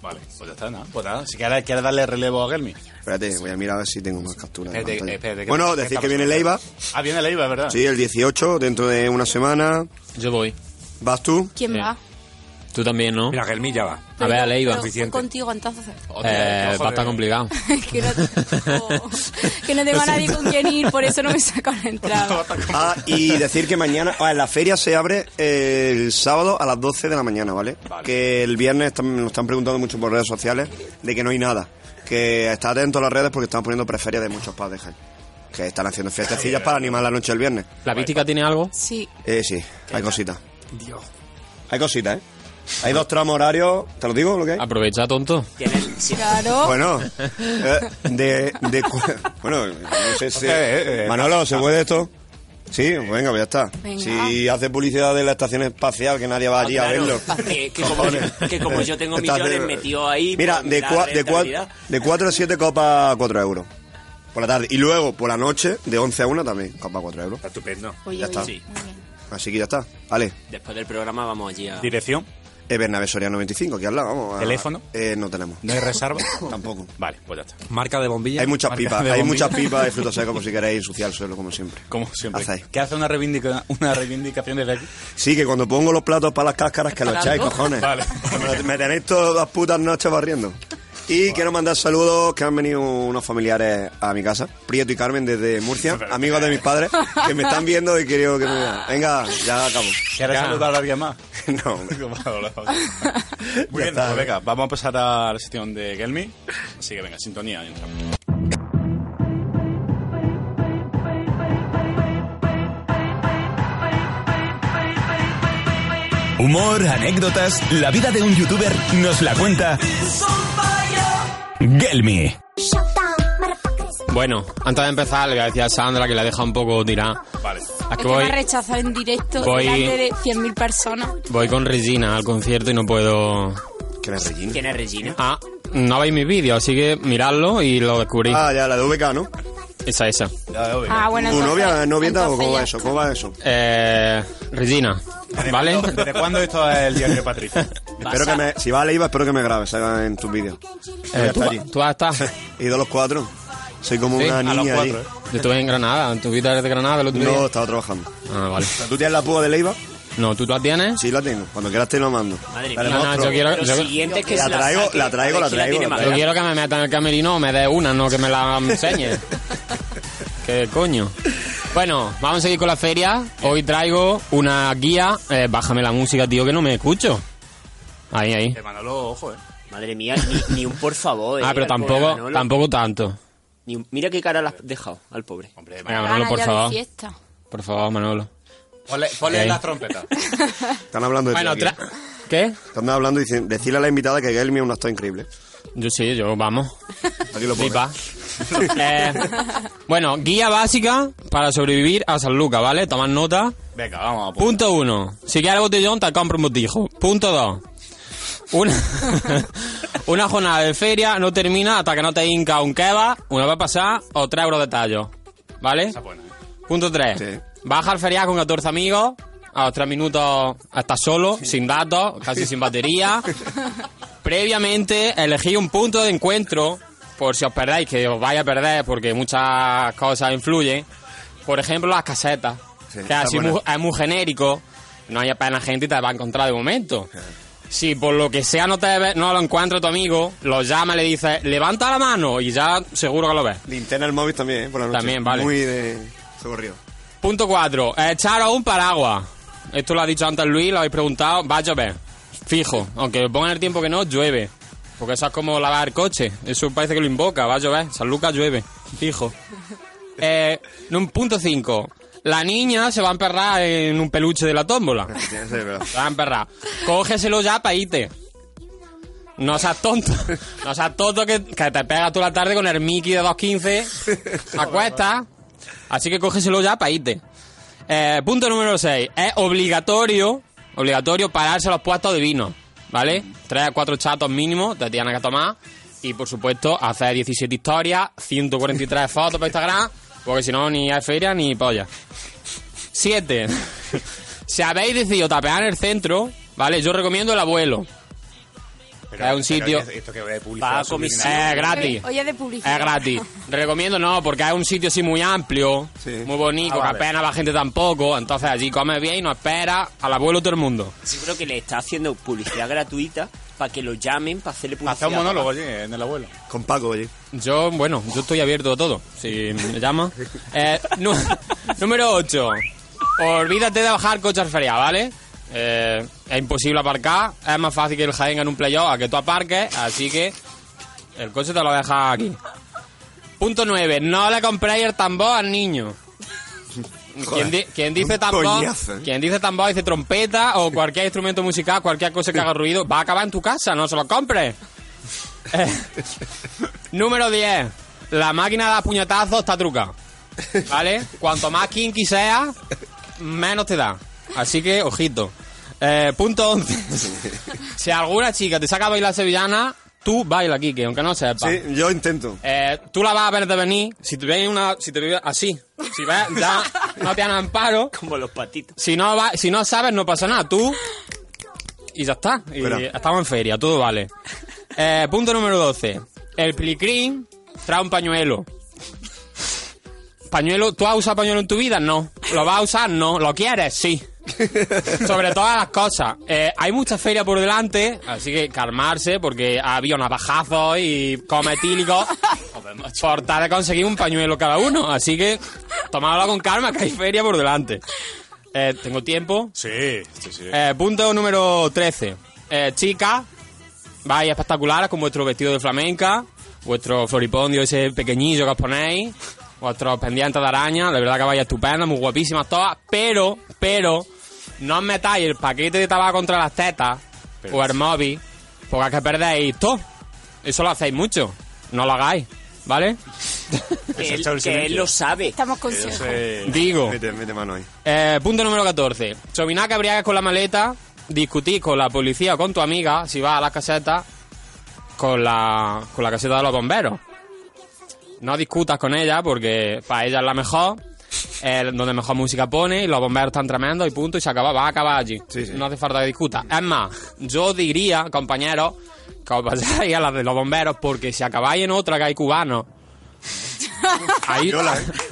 [SPEAKER 4] Vale, pues ya está, nada. Pues nada, si quieres, quieres darle relevo a Gelmi.
[SPEAKER 8] Espérate, voy a mirar a ver si tengo más capturas. de
[SPEAKER 4] Espérate,
[SPEAKER 8] pantalla.
[SPEAKER 4] espérate, que-
[SPEAKER 8] bueno,
[SPEAKER 4] que
[SPEAKER 8] decir que
[SPEAKER 4] estamos-
[SPEAKER 8] viene Leiva.
[SPEAKER 4] Ah, viene Leiva, es ¿verdad?
[SPEAKER 8] Sí, el 18, dentro de una semana.
[SPEAKER 9] Yo voy.
[SPEAKER 8] ¿Vas tú?
[SPEAKER 11] ¿Quién va?
[SPEAKER 9] Tú también, ¿no?
[SPEAKER 6] Mira, Gelmi ya va.
[SPEAKER 9] A ver, Ale, Iba.
[SPEAKER 11] Pero voy contigo entonces.
[SPEAKER 9] Eh, va a estar complicado.
[SPEAKER 11] que, no, que no tengo a nadie con quien ir, por eso no me saco la entrada.
[SPEAKER 8] Ah, y decir que mañana, ah, la feria se abre eh, el sábado a las 12 de la mañana, ¿vale? Que el viernes están- nos están preguntando mucho por redes sociales de que no hay nada. Que está atento a las redes porque están poniendo preferias de muchos padres. de Jaén. Que están haciendo fiestecillas para animar la noche del viernes.
[SPEAKER 9] ¿La vística tiene algo?
[SPEAKER 11] Sí.
[SPEAKER 8] Eh, sí, hay cositas.
[SPEAKER 9] Dios.
[SPEAKER 8] Hay cositas, ¿eh? Hay dos tramos horarios, ¿te lo digo lo que hay?
[SPEAKER 9] Aprovecha, tonto.
[SPEAKER 11] Claro.
[SPEAKER 8] Bueno, eh, de, de cu- bueno, no sé si...
[SPEAKER 6] Ok, eh, eh,
[SPEAKER 8] Manolo,
[SPEAKER 7] Ah.
[SPEAKER 8] ¿se puede esto? Sí, venga, pues ya está.
[SPEAKER 7] Venga.
[SPEAKER 8] Si hace publicidad de la estación espacial, que nadie va allí a
[SPEAKER 7] Ah, Claro, Eh,
[SPEAKER 8] verlo.
[SPEAKER 7] Que, que como, yo- que como yo tengo
[SPEAKER 8] Estás
[SPEAKER 7] millones
[SPEAKER 8] de-
[SPEAKER 7] metido ahí.
[SPEAKER 8] Mira,
[SPEAKER 7] pues,
[SPEAKER 8] de,
[SPEAKER 7] la
[SPEAKER 8] cua- de, cua-
[SPEAKER 7] rentabilidad.
[SPEAKER 8] de 4 a 7 copas 4 euros. Por la tarde. Y luego, por la noche, de 11 a 1 también, copa 4 euros.
[SPEAKER 7] Estupendo.
[SPEAKER 8] ya está.
[SPEAKER 7] Sí.
[SPEAKER 8] Así que ya está. Vale.
[SPEAKER 7] Después del programa vamos allí a.
[SPEAKER 4] ¿Dirección?
[SPEAKER 8] Eh, Bernabé Soriano 25, aquí al lado, vamos. a-
[SPEAKER 4] ¿Teléfono?
[SPEAKER 8] Eh, no tenemos.
[SPEAKER 4] ¿No hay reserva?
[SPEAKER 8] Tampoco.
[SPEAKER 4] Vale, pues ya está.
[SPEAKER 6] Marca de bombilla.
[SPEAKER 8] Hay muchas
[SPEAKER 4] Marca
[SPEAKER 8] pipas,
[SPEAKER 4] de
[SPEAKER 8] hay
[SPEAKER 4] bombilla.
[SPEAKER 8] muchas pipas de frutos secos por si queréis ensuciárselo como siempre.
[SPEAKER 4] Como siempre.
[SPEAKER 8] Hacéis.
[SPEAKER 4] ¿Qué hace una, reivindica- una reivindicación desde aquí?
[SPEAKER 8] Sí, que cuando pongo los platos para las cáscaras que lo
[SPEAKER 4] ¿Para
[SPEAKER 8] echáis,
[SPEAKER 4] algo?
[SPEAKER 8] cojones.
[SPEAKER 4] Vale.
[SPEAKER 8] Me- Me tenéis todas putas noches barriendo. Y quiero mandar saludos que han venido unos familiares a mi casa. Prieto y Carmen desde Murcia, amigos de mis padres, que me están viendo y quiero que me vean. Venga, ya acabo.
[SPEAKER 4] ¿Quieres saludar a alguien más?
[SPEAKER 8] No.
[SPEAKER 4] Muy bien,
[SPEAKER 8] eh.
[SPEAKER 4] pues venga, vamos a pasar a la sección de Gelmi. Así que venga, sintonía. y entramos.
[SPEAKER 3] Humor, anécdotas, la vida de un youtuber nos la cuenta Gelmi.
[SPEAKER 9] Bueno, antes de empezar, le voy a decir a Sandra que la deja un poco tirada.
[SPEAKER 4] Vale.
[SPEAKER 9] Es que
[SPEAKER 2] me ha
[SPEAKER 9] voy,
[SPEAKER 2] rechazado en directo
[SPEAKER 9] Voy-
[SPEAKER 2] delante de 100.000 personas.
[SPEAKER 9] voy con Regina al concierto y no puedo...
[SPEAKER 8] ¿Quién es Regina?
[SPEAKER 7] ¿Quién es Regina?
[SPEAKER 9] Ah, no veis mis vídeos, así que miradlo y lo descubrís.
[SPEAKER 8] Ah, ya, la de VK, ¿no?
[SPEAKER 9] Esa, esa.
[SPEAKER 2] Ah, bueno,
[SPEAKER 8] ¿Tu
[SPEAKER 2] entonces-
[SPEAKER 8] novia, novieta o cómo va
[SPEAKER 2] entonces
[SPEAKER 8] eso? ¿Cómo va eso?
[SPEAKER 9] Eh, Regina, ¿vale?
[SPEAKER 4] ¿Desde cuándo esto es el diario de Patricia?
[SPEAKER 8] Espero que me, si va a Leiva, espero que me grabes salga en tus vídeos.
[SPEAKER 9] Eh, ¿tú, tú has estado?
[SPEAKER 8] He ido a los cuatro. Soy como
[SPEAKER 9] Sí,
[SPEAKER 8] una
[SPEAKER 9] a los
[SPEAKER 8] niña ahí.
[SPEAKER 9] cuatro, ¿eh? Yo estuve en Granada, ¿tú viste de Granada el otro día?
[SPEAKER 8] No, estaba trabajando.
[SPEAKER 9] Ah, vale.
[SPEAKER 8] ¿Tú tienes la púa de Leiva?
[SPEAKER 9] No, ¿tú la tienes?
[SPEAKER 8] Sí, la tengo. Cuando quieras te la mando.
[SPEAKER 7] Madre
[SPEAKER 8] Dale,
[SPEAKER 9] mía. No, no,
[SPEAKER 8] monstruo.
[SPEAKER 9] yo quiero- Lo yo- siguiente es que
[SPEAKER 8] la,
[SPEAKER 9] se la
[SPEAKER 8] traigo,
[SPEAKER 9] saque.
[SPEAKER 8] la traigo,
[SPEAKER 9] A ver
[SPEAKER 8] la
[SPEAKER 9] quién la
[SPEAKER 8] traigo,
[SPEAKER 9] tiene
[SPEAKER 8] la
[SPEAKER 9] más
[SPEAKER 8] traigo.
[SPEAKER 9] Yo quiero que me meta en el camerino, me dé una, no que me la enseñe. ¿Qué coño? Bueno, vamos a seguir con la feria. Hoy traigo una guía. eh, bájame la música, tío, que no me escucho. Ahí, ahí.
[SPEAKER 4] Eh, Manolo, ojo, eh.
[SPEAKER 7] Madre mía, ni, ni un por favor.
[SPEAKER 9] Ah,
[SPEAKER 7] eh,
[SPEAKER 9] pero
[SPEAKER 7] al pobre
[SPEAKER 9] tampoco,
[SPEAKER 7] Manolo.
[SPEAKER 9] tampoco tanto.
[SPEAKER 7] Ni un- mira qué cara la has dejado al pobre. Hombre,
[SPEAKER 9] Venga, Manolo, por favor. Por favor, Manolo.
[SPEAKER 4] Ponle,
[SPEAKER 9] Ahí.
[SPEAKER 4] ponle las trompetas.
[SPEAKER 8] Están hablando de
[SPEAKER 9] Bueno,
[SPEAKER 8] ti. aquí. ¿eh?
[SPEAKER 9] tra- ¿Qué?
[SPEAKER 8] Están hablando y dicen, decirle a la invitada que Gelmi es un actor increíble.
[SPEAKER 9] Yo sí, yo, vamos.
[SPEAKER 8] Aquí lo pones.
[SPEAKER 9] Flipa. Eh, bueno, guía básica para sobrevivir a San Lucas, ¿vale? Tomad nota.
[SPEAKER 4] Venga, vamos a apuntar.
[SPEAKER 9] Punto uno. Si quieres botellón, te compro un botijo. Punto dos. Una, una jornada de feria no termina hasta que no te hinca un kebab, una va a pasar o tres euros de tallo. ¿Vale? Punto tres. Baja al feriado con 14 amigos. A los tres minutos estás solo, sin datos, casi sin batería. Previamente elegí un punto de encuentro, por si os perdáis, que os vais a perder porque muchas cosas influyen. Por ejemplo, las casetas,
[SPEAKER 8] Sí,
[SPEAKER 9] que
[SPEAKER 8] está
[SPEAKER 9] así
[SPEAKER 8] buena.
[SPEAKER 9] mu- es muy genérico, no hay apenas gente y te va a encontrar de momento. Si por lo que sea no te ve- no lo encuentra tu amigo, lo llama y le dice, levanta la mano y ya seguro que lo ves.
[SPEAKER 8] Linterna el móvil también, ¿eh? Por la noche.
[SPEAKER 9] También, vale.
[SPEAKER 8] Muy de... socorrido.
[SPEAKER 9] Punto 4. Echaros un paraguas. Esto lo ha dicho antes Luis, lo habéis preguntado. Va a llover. Fijo. Aunque pongan el tiempo que no, llueve. Porque eso es como lavar el coche. Eso parece que lo invoca. Va a llover. San Lucas llueve. Fijo. Eh, en un punto 5. La niña se va a emperrar en un peluche de la tómbola.
[SPEAKER 8] Sí, es verdad.
[SPEAKER 9] Se va a emperrar. Cógeselo ya, paíte. No seas tonto. No seas tonto que, que te pegas tú la tarde con el Mickey de 2.15 a cuesta. Así que cógeselo ya para irte. Eh, punto número 6. Es obligatorio, obligatorio pararse a los puestos de vino. ¿Vale? Tres a cuatro chatos mínimo te tienen que tomar. Y por supuesto, hacer 17 historias, 143 fotos para Instagram. Porque si no, ni hay feria ni polla. 7. si habéis decidido tapear en el centro, ¿vale? Yo recomiendo el abuelo.
[SPEAKER 4] Pero-
[SPEAKER 9] es un
[SPEAKER 4] pero
[SPEAKER 9] sitio.
[SPEAKER 4] esto que de publicidad
[SPEAKER 9] Paco, mi-
[SPEAKER 4] subliminal.
[SPEAKER 9] Es gratis.
[SPEAKER 2] Oye, de publicidad.
[SPEAKER 9] Es gratis. Recomiendo no, porque es un sitio así muy amplio, muy bonito,
[SPEAKER 5] Ah,
[SPEAKER 9] que
[SPEAKER 5] vale.
[SPEAKER 9] apenas va gente tampoco. Entonces allí comes bien y nos espera al abuelo todo el mundo.
[SPEAKER 5] Yo creo que le está haciendo publicidad gratuita para que lo llamen, para hacerle publicidad.
[SPEAKER 4] oye, en el abuelo.
[SPEAKER 9] Con Paco, oye. Yo, bueno, yo estoy abierto a todo. Si me llama. Eh, nu- número 8. Olvídate de bajar coche al feriado, ¿vale? Eh, es imposible aparcar. Es más fácil que el Jaén en un playoff a que tú aparques. Así que el coche te lo deja aquí. Punto 9. No le compréis el tambor al niño. Quien, di- quien dice
[SPEAKER 6] un
[SPEAKER 9] tambor,
[SPEAKER 6] coñazo, ¿eh?
[SPEAKER 9] quien dice tambor dice trompeta o cualquier instrumento musical, cualquier cosa que haga ruido, va a acabar en tu casa, no se lo compres. Eh, número 10. La máquina de dar puñetazos está truca. ¿Vale? Cuanto más kinky sea, menos te da. Así que, ojito. Eh, punto 11. si alguna chica te saca a bailar sevillana, tú baila, Kike, aunque no sepas.
[SPEAKER 8] Sí, yo intento.
[SPEAKER 9] Eh, tú la vas a ver de venir. Si te ves una, si te ves así, si ves, ya no te dan amparo.
[SPEAKER 5] Como los patitos.
[SPEAKER 9] Si no va- si no sabes, no pasa nada. Tú y ya está. Y
[SPEAKER 5] Verá.
[SPEAKER 9] estamos en feria, todo vale. Eh, punto número 12. El plicrín trae un pañuelo. Pañuelo, ¿tú has usado pañuelo en tu vida? No. ¿Lo vas a usar? No. ¿Lo quieres? Sí. Sobre todas las cosas. Eh, hay mucha feria por delante, así que calmarse porque había navajazos y cometílicos. por tal de conseguir un pañuelo cada uno. Así que tomadlo con calma que hay feria por delante. Eh, ¿Tengo tiempo?
[SPEAKER 4] Sí, sí, sí.
[SPEAKER 9] Eh, punto número 13. Eh, chicas, vais espectaculares con vuestro vestido de flamenca, vuestro floripondio ese pequeñillo que os ponéis, vuestros pendientes de araña, la verdad que vais estupendas, muy guapísimas todas, pero, pero, no os metáis el paquete de tabaco contra las tetas o el móvil, porque es que perdéis todo. Eso lo hacéis mucho, no lo hagáis, ¿vale?
[SPEAKER 5] Que él, que él lo sabe. Estamos conscientes.
[SPEAKER 9] Digo.
[SPEAKER 8] Mete, mete mano ahí.
[SPEAKER 9] Eh, punto número 14. Sobiná que abriagas con la maleta, discutís con la policía o con tu amiga, si vas a las casetas, con la, con la caseta de los bomberos. No discutas con ella porque para ella es la mejor, es donde mejor música pone y los bomberos están tremendos y punto, y se acaba, va a acabar allí. No hace falta que discutas. Es más, yo diría, compañeros, que os pasáis a las de los bomberos porque si acabáis en otra que hay cubanos Ahí,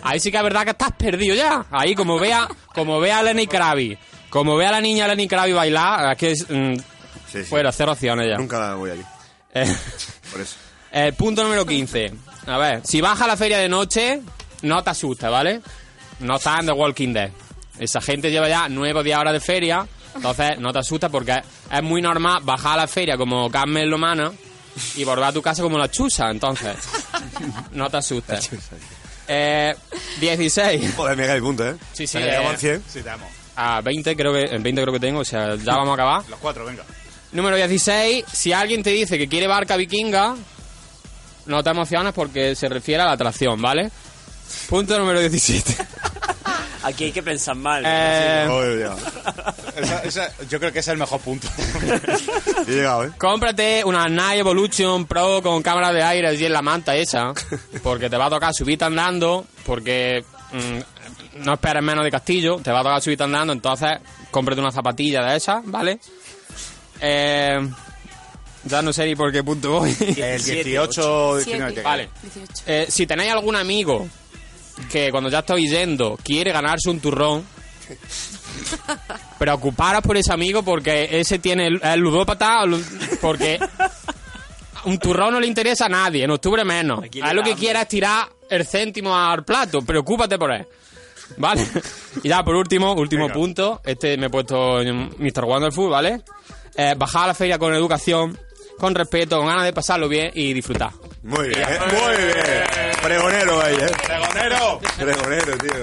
[SPEAKER 9] ahí sí que es verdad que estás perdido ya. Ahí como vea, como vea a Lenny Krabi, como vea a la niña Lenny Krabi bailar, es que es, mm, fuera, cero opciones ya. Eh,
[SPEAKER 8] Nunca la voy allí.
[SPEAKER 9] Por eso. Eh, punto número 15. A ver, si vas a la feria de noche, no te asustes, ¿vale? No estás en The Walking Dead. Esa gente lleva ya nueve o diez horas de feria, entonces no te asustes porque es- es muy normal bajar a la feria como Carmen Lomana y volver a tu casa como la chusa, entonces no te asustes. Eh, 16.
[SPEAKER 8] Joder, me el punto, ¿eh?
[SPEAKER 9] Sí, sí.
[SPEAKER 8] Pero
[SPEAKER 9] eh,
[SPEAKER 8] llegamos al 100.
[SPEAKER 4] Sí, te amo.
[SPEAKER 9] a 20 creo que en 20 creo que tengo, o sea, ya vamos a acabar.
[SPEAKER 4] Los cuatro, venga.
[SPEAKER 9] Número 16, si alguien te dice que quiere barca vikinga, no te emociones porque se refiere a la atracción, ¿vale? Punto número 17.
[SPEAKER 5] Aquí hay que pensar mal.
[SPEAKER 9] Eh,
[SPEAKER 4] Esa- esa- yo creo que ese es el mejor punto.
[SPEAKER 8] ¿eh?
[SPEAKER 9] Cómprate una Nike Evolution Pro con cámara de aire y en la manta esa, porque te va a tocar subirte andando, porque mm, no esperes menos de Castillo, te va a tocar subirte andando, entonces cómprate una zapatilla de esas, ¿vale? Eh, ya no sé ni por qué punto voy.
[SPEAKER 4] El 18, 19, que-
[SPEAKER 9] Vale. Eh, si tenéis algún amigo que cuando ya estoy yendo quiere ganarse un turrón, preocuparos por ese amigo porque ese tiene el, el ludópata, lu- porque un turrón no le interesa a nadie, en octubre menos.
[SPEAKER 5] quién
[SPEAKER 9] Haz
[SPEAKER 5] le
[SPEAKER 9] lo
[SPEAKER 5] da
[SPEAKER 9] que
[SPEAKER 5] hambre?
[SPEAKER 9] quieras tirar el céntimo al plato, preocúpate por él. ¿Vale? Y ya, por último, último punto. Este me he puesto en Mr. Wonderful, ¿vale? Eh, bajar a la feria con educación, con respeto, con ganas de pasarlo bien y disfrutar.
[SPEAKER 8] Muy bien, ¿eh? muy bien. Pregonero ahí, ¿eh?
[SPEAKER 4] ¡Pregonero!
[SPEAKER 8] Pregonero, tío.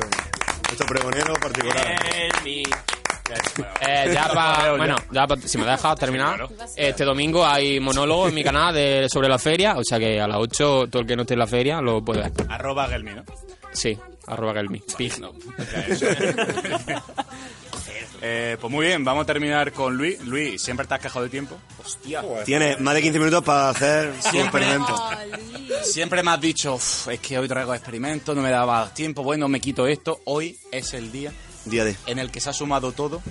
[SPEAKER 8] Nuestro pregonero particular.
[SPEAKER 9] Eh, ya pa- bueno, ya pa- si me dejas terminar, este domingo hay monólogo en mi canal de- sobre la feria, o sea que a las 8 todo el que no esté en la feria lo puede ver.
[SPEAKER 4] Arroba Gelmi, ¿no?
[SPEAKER 9] Sí, arroba Gelmi. Pig.
[SPEAKER 4] Eh, pues muy bien, vamos a terminar con Luis. Luis, siempre te has quejado de tiempo. Hostia.
[SPEAKER 8] Tienes más de 15 minutos para hacer su experimento.
[SPEAKER 4] Siempre me has dicho, "Uf, es que hoy traigo experimentos, no me daba tiempo, bueno, me quito esto. Hoy es el día
[SPEAKER 8] Día de.
[SPEAKER 4] en el que se ha sumado todo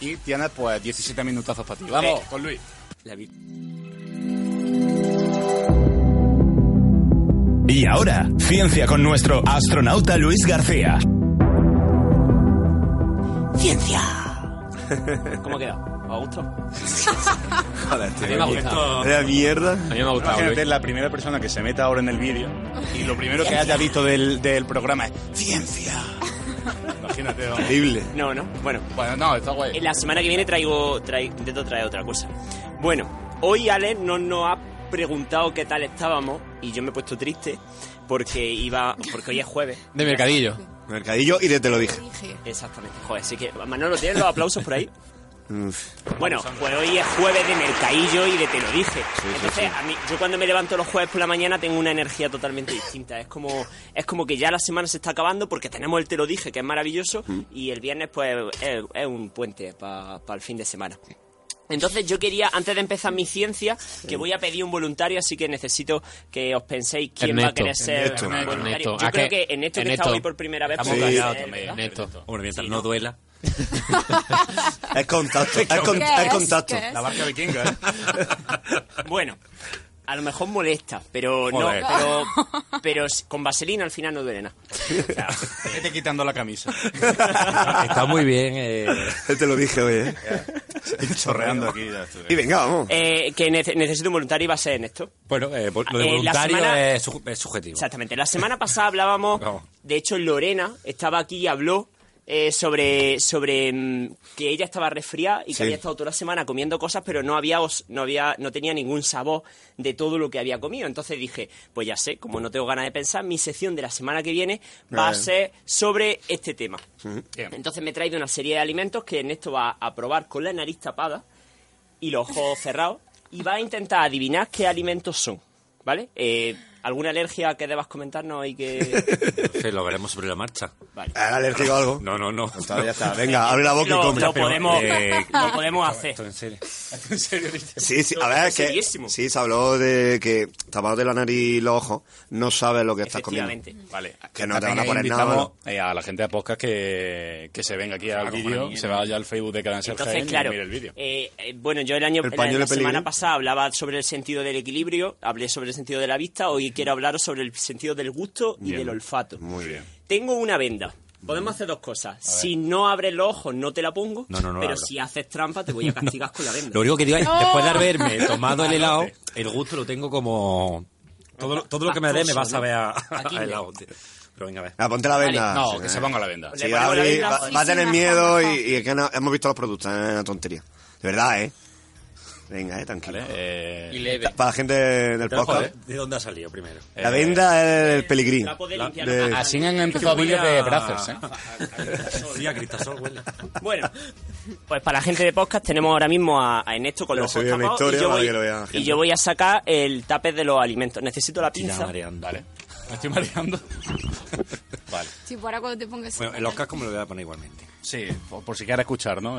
[SPEAKER 4] y tienes pues 17 minutazos para ti. Vamos,
[SPEAKER 5] Eh,
[SPEAKER 4] con Luis.
[SPEAKER 5] La vi-
[SPEAKER 3] Y ahora, ciencia con nuestro astronauta Luis García.
[SPEAKER 5] ¡Ciencia! ¿Cómo ha quedado? ¿Os ha gustado?
[SPEAKER 8] Joder,
[SPEAKER 4] A mí me ha gustado.
[SPEAKER 8] Era mierda. A
[SPEAKER 9] mí me ha
[SPEAKER 4] gustado. la primera persona que se meta ahora en el vídeo y lo primero que haya visto del, del programa es ciencia. Imagínate. ¿no?
[SPEAKER 5] No, no. Bueno.
[SPEAKER 4] Bueno, no, está guay.
[SPEAKER 5] Eh, La semana que viene traigo, trai- intento traer otra cosa. Bueno, hoy Alex no nos ha preguntado qué tal estábamos y yo me he puesto triste porque iba porque hoy es jueves.
[SPEAKER 9] De mercadillo.
[SPEAKER 8] Mercadillo y de te lo dije.
[SPEAKER 5] Exactamente, joder, así que Manolo, ¿tienes los aplausos por ahí?
[SPEAKER 8] Uf.
[SPEAKER 5] Bueno, pues hoy es jueves de mercadillo y de te lo dije. Entonces, a mí, yo cuando me levanto los jueves por la mañana tengo una energía totalmente distinta. Es como, es como que ya la semana se está acabando porque tenemos el te lo dije, que es maravilloso,
[SPEAKER 7] Mm.
[SPEAKER 5] y el viernes pues es, es un puente para el fin de semana. Entonces yo quería, antes de empezar mi ciencia, que voy a pedir un voluntario, así que necesito que os penséis quién va a
[SPEAKER 9] Ernesto.
[SPEAKER 5] querer ser
[SPEAKER 9] Ernesto.
[SPEAKER 5] voluntario.
[SPEAKER 9] Ernesto.
[SPEAKER 5] Yo
[SPEAKER 9] Ah,
[SPEAKER 5] creo
[SPEAKER 9] que-
[SPEAKER 5] que en esto que
[SPEAKER 9] Ernesto.
[SPEAKER 5] está hoy por primera vez...
[SPEAKER 9] Estamos
[SPEAKER 5] pues,
[SPEAKER 9] callados
[SPEAKER 5] eh,
[SPEAKER 9] también,
[SPEAKER 5] ¿verdad?
[SPEAKER 9] Ernesto.
[SPEAKER 6] Hombre, mientras no duela.
[SPEAKER 8] Es contacto. Es, con-
[SPEAKER 5] ¿Qué
[SPEAKER 8] es
[SPEAKER 5] es?
[SPEAKER 8] contacto.
[SPEAKER 5] ¿Qué es? La barca vikinga, ¿eh? Bueno, a lo mejor molesta, pero
[SPEAKER 4] Joder.
[SPEAKER 5] no, pero, pero s- con vaselina al final no duele nada.
[SPEAKER 4] Vete quitando la camisa.
[SPEAKER 6] Está muy bien. eh,
[SPEAKER 8] Te lo dije hoy, ¿eh?
[SPEAKER 4] Chorreando aquí ya.
[SPEAKER 8] Y venga, vamos.
[SPEAKER 5] Eh, que nece- necesito un voluntario y va a ser en esto.
[SPEAKER 6] Bueno, eh, vol- lo de
[SPEAKER 5] Eh, la
[SPEAKER 6] voluntario
[SPEAKER 5] semana-
[SPEAKER 6] es, suj- es subjetivo.
[SPEAKER 5] Exactamente. La semana pasada hablábamos, de hecho Lorena estaba aquí y habló eh, sobre, sobre mm, que ella estaba resfriada y que
[SPEAKER 7] Sí.
[SPEAKER 5] había estado toda la semana comiendo cosas, pero no había, os- no había, no tenía ningún sabor de todo lo que había comido. Entonces dije, pues ya sé, como no tengo ganas de pensar, mi sección de la semana que viene va a
[SPEAKER 7] Bien.
[SPEAKER 5] ser sobre este tema.
[SPEAKER 7] Bien.
[SPEAKER 5] Entonces me he traído una serie de alimentos que Ernesto va a probar con la nariz tapada y los ojos cerrados y va a intentar adivinar qué alimentos son, ¿vale? Eh, ¿Alguna alergia que debas comentarnos y que...?
[SPEAKER 6] Que lo veremos sobre la marcha.
[SPEAKER 5] Vale.
[SPEAKER 8] alérgico a algo? Pues
[SPEAKER 6] No, no, no.
[SPEAKER 8] está, ya está. Venga, abre la boca y
[SPEAKER 5] Lo-
[SPEAKER 8] come.
[SPEAKER 5] Lo podemos,
[SPEAKER 6] Eh,
[SPEAKER 5] lo podemos hacer.
[SPEAKER 6] en serio.
[SPEAKER 4] ¿En serio? dices?
[SPEAKER 8] Sí, sí, a ver, que, sí, se habló de que tapado de la nariz y los ojos no sabes lo que estás comiendo.
[SPEAKER 4] Vale.
[SPEAKER 8] Que no te van a
[SPEAKER 4] También
[SPEAKER 8] poner nada
[SPEAKER 4] invitamos, eh, a la gente de podcast que, que se venga aquí al vídeo, se vaya al Facebook de Canal Ser
[SPEAKER 5] Entonces,
[SPEAKER 4] Jaén
[SPEAKER 5] claro,
[SPEAKER 4] y mire el vídeo.
[SPEAKER 5] eh, eh, bueno, yo el año
[SPEAKER 4] El
[SPEAKER 5] la-
[SPEAKER 4] pañuelo
[SPEAKER 5] la semana
[SPEAKER 4] peligro.
[SPEAKER 5] pasada hablaba sobre el sentido del equilibrio, hablé sobre el sentido de la vista, hoy quiero hablaros sobre el sentido del gusto y
[SPEAKER 7] Bien.
[SPEAKER 5] del olfato.
[SPEAKER 8] Muy bien.
[SPEAKER 5] Tengo una venda. Podemos hacer dos cosas. Si no abres los ojos, no te la pongo.
[SPEAKER 6] No, no, no la
[SPEAKER 5] pero
[SPEAKER 6] abro.
[SPEAKER 5] si haces trampa, te voy a castigar con la venda.
[SPEAKER 6] Lo único que digo es, después de haberme
[SPEAKER 5] ¡Oh!
[SPEAKER 6] tomado el helado, el gusto lo tengo como... Todo, lo- todo lo que me dé me va a saber a, a helado. tío. Pero venga, a ver.
[SPEAKER 8] Ah, ponte la venda.
[SPEAKER 6] Vale, no,
[SPEAKER 8] Sí,
[SPEAKER 6] que
[SPEAKER 8] eh.
[SPEAKER 6] se ponga la venda.
[SPEAKER 8] Sí,
[SPEAKER 6] Le ponemos
[SPEAKER 8] Adri,
[SPEAKER 6] la venda.
[SPEAKER 8] va,
[SPEAKER 6] Sí,
[SPEAKER 8] va a
[SPEAKER 6] sí,
[SPEAKER 8] tener
[SPEAKER 6] mejor,
[SPEAKER 8] miedo y, y es que no- hemos visto los productos, es una tontería. De verdad, ¿eh? Venga, eh, tranquilo.
[SPEAKER 6] Y
[SPEAKER 4] eh.
[SPEAKER 6] leve.
[SPEAKER 8] Para la gente del
[SPEAKER 6] Pero, joder,
[SPEAKER 8] podcast.
[SPEAKER 6] ¿De dónde ha salido primero?
[SPEAKER 5] Eh.
[SPEAKER 8] La venda es el peligrín. De-
[SPEAKER 4] Así han empezado
[SPEAKER 6] Huele
[SPEAKER 4] vídeos de
[SPEAKER 6] a-
[SPEAKER 4] brazos, ¿eh?
[SPEAKER 6] Sí, a cristasol huele.
[SPEAKER 5] Bueno, pues para la gente de podcast tenemos ahora mismo a, a Ernesto con
[SPEAKER 8] Pero
[SPEAKER 5] los
[SPEAKER 8] se
[SPEAKER 5] ojos
[SPEAKER 8] viene una
[SPEAKER 5] tapados
[SPEAKER 8] historia
[SPEAKER 5] y, yo
[SPEAKER 8] para
[SPEAKER 5] voy,
[SPEAKER 8] que lo vea la gente.
[SPEAKER 5] y yo voy a sacar el tape de los alimentos. Necesito la
[SPEAKER 6] Tira
[SPEAKER 5] pinza.
[SPEAKER 6] mareando.
[SPEAKER 5] Vale.
[SPEAKER 4] Me estoy mareando.
[SPEAKER 6] Vale.
[SPEAKER 2] Si fuera cuando te pongas.
[SPEAKER 6] Bueno, en los cascos me lo voy a poner igualmente.
[SPEAKER 4] Sí, por, por si quieres escuchar, ¿no?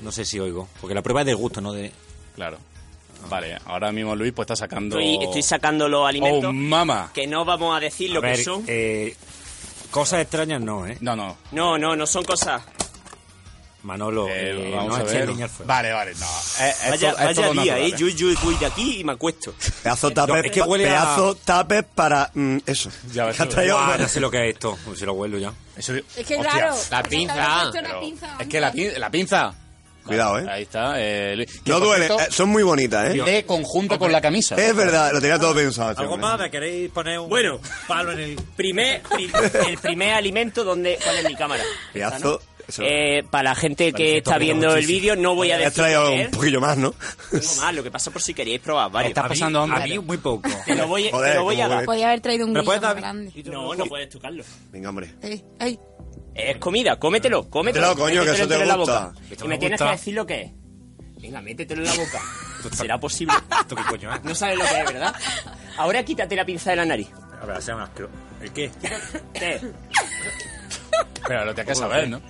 [SPEAKER 6] No sé si oigo, porque la prueba es de gusto, no de...
[SPEAKER 4] Claro. Vale, ahora mismo Luis pues está sacando...
[SPEAKER 5] Estoy, estoy sacando los alimentos.
[SPEAKER 4] ¡Oh, mamá!
[SPEAKER 5] Que no vamos a decir lo
[SPEAKER 6] A ver,
[SPEAKER 5] que son.
[SPEAKER 6] eh, cosas extrañas no, ¿eh?
[SPEAKER 4] No, no.
[SPEAKER 5] No, no, no son cosas.
[SPEAKER 6] Manolo, eh, no eches leña al fuego.
[SPEAKER 4] Vale, vale, no. Eh,
[SPEAKER 8] es
[SPEAKER 5] vaya
[SPEAKER 8] todo- es
[SPEAKER 5] vaya
[SPEAKER 8] todo
[SPEAKER 5] día,
[SPEAKER 8] natural,
[SPEAKER 5] ¿eh?
[SPEAKER 8] ¿eh?
[SPEAKER 5] Yo, yo voy de aquí y me acuesto.
[SPEAKER 8] Pedazo tapes,
[SPEAKER 5] No, es que huele a-
[SPEAKER 8] pedazo tapes para mm, eso.
[SPEAKER 6] Ya
[SPEAKER 8] Que ha traído-
[SPEAKER 6] ya sé lo que es esto. Si lo huelo ya.
[SPEAKER 2] Es que claro,
[SPEAKER 4] La
[SPEAKER 2] te
[SPEAKER 4] pinza.
[SPEAKER 2] había puesto una
[SPEAKER 4] Pero-
[SPEAKER 2] pinza
[SPEAKER 4] es que la, pin- la pinza...
[SPEAKER 8] Cuidado, eh.
[SPEAKER 4] Ahí está. eh, Luis. Que,
[SPEAKER 8] No
[SPEAKER 4] por
[SPEAKER 8] duele,
[SPEAKER 4] cierto,
[SPEAKER 8] eh, son muy bonitas, ¿eh?
[SPEAKER 4] De conjunto con la camisa.
[SPEAKER 8] Es verdad, lo tenía todo pensado. este
[SPEAKER 6] ¿Algo
[SPEAKER 8] hombre.
[SPEAKER 6] más? ¿Me queréis poner un
[SPEAKER 5] Bueno.
[SPEAKER 6] palo en el...?
[SPEAKER 5] Primer, pri- el primer alimento donde. ¿Cuál es mi cámara? Esta, ¿no?
[SPEAKER 8] Pedazo. eso.
[SPEAKER 5] Eh, para la gente
[SPEAKER 8] Vale,
[SPEAKER 5] que
[SPEAKER 8] que
[SPEAKER 5] está
[SPEAKER 8] toque
[SPEAKER 5] viendo el
[SPEAKER 8] muchísimo.
[SPEAKER 5] vídeo, no voy a
[SPEAKER 8] Has
[SPEAKER 5] decir.
[SPEAKER 8] traído
[SPEAKER 5] qué
[SPEAKER 8] un
[SPEAKER 5] es.
[SPEAKER 8] poquillo más, ¿no?
[SPEAKER 5] Tengo más, Ah, lo que pasa por si queréis probar varios.
[SPEAKER 6] Estás pasando hambre. Había muy poco.
[SPEAKER 5] Te lo voy,
[SPEAKER 8] Joder,
[SPEAKER 5] te lo voy
[SPEAKER 8] cómo
[SPEAKER 5] a dar.
[SPEAKER 8] huele.
[SPEAKER 2] Podía haber traído un
[SPEAKER 5] ¿Me
[SPEAKER 2] grillo
[SPEAKER 5] puedes
[SPEAKER 2] más
[SPEAKER 5] dar-
[SPEAKER 2] grande.
[SPEAKER 5] No, no puedes tocarlo.
[SPEAKER 8] Venga, hombre.
[SPEAKER 2] Ey, ey.
[SPEAKER 5] Es comida, cómetelo, cómetelo.
[SPEAKER 8] Cómetelo, coño, que eso te
[SPEAKER 5] métetelo en la
[SPEAKER 8] gusta.
[SPEAKER 5] boca.
[SPEAKER 8] Que te
[SPEAKER 5] Y me
[SPEAKER 8] gusta.
[SPEAKER 5] tienes que decir lo que es. Venga, métetelo en la boca. ¿Será posible? No sabes lo que es, ¿verdad? Ahora quítate la pinza de la nariz.
[SPEAKER 6] A ver, sea más asqueroso. ¿El qué?
[SPEAKER 5] ¿Qué?
[SPEAKER 4] Pero lo tienes que saber, ¿no?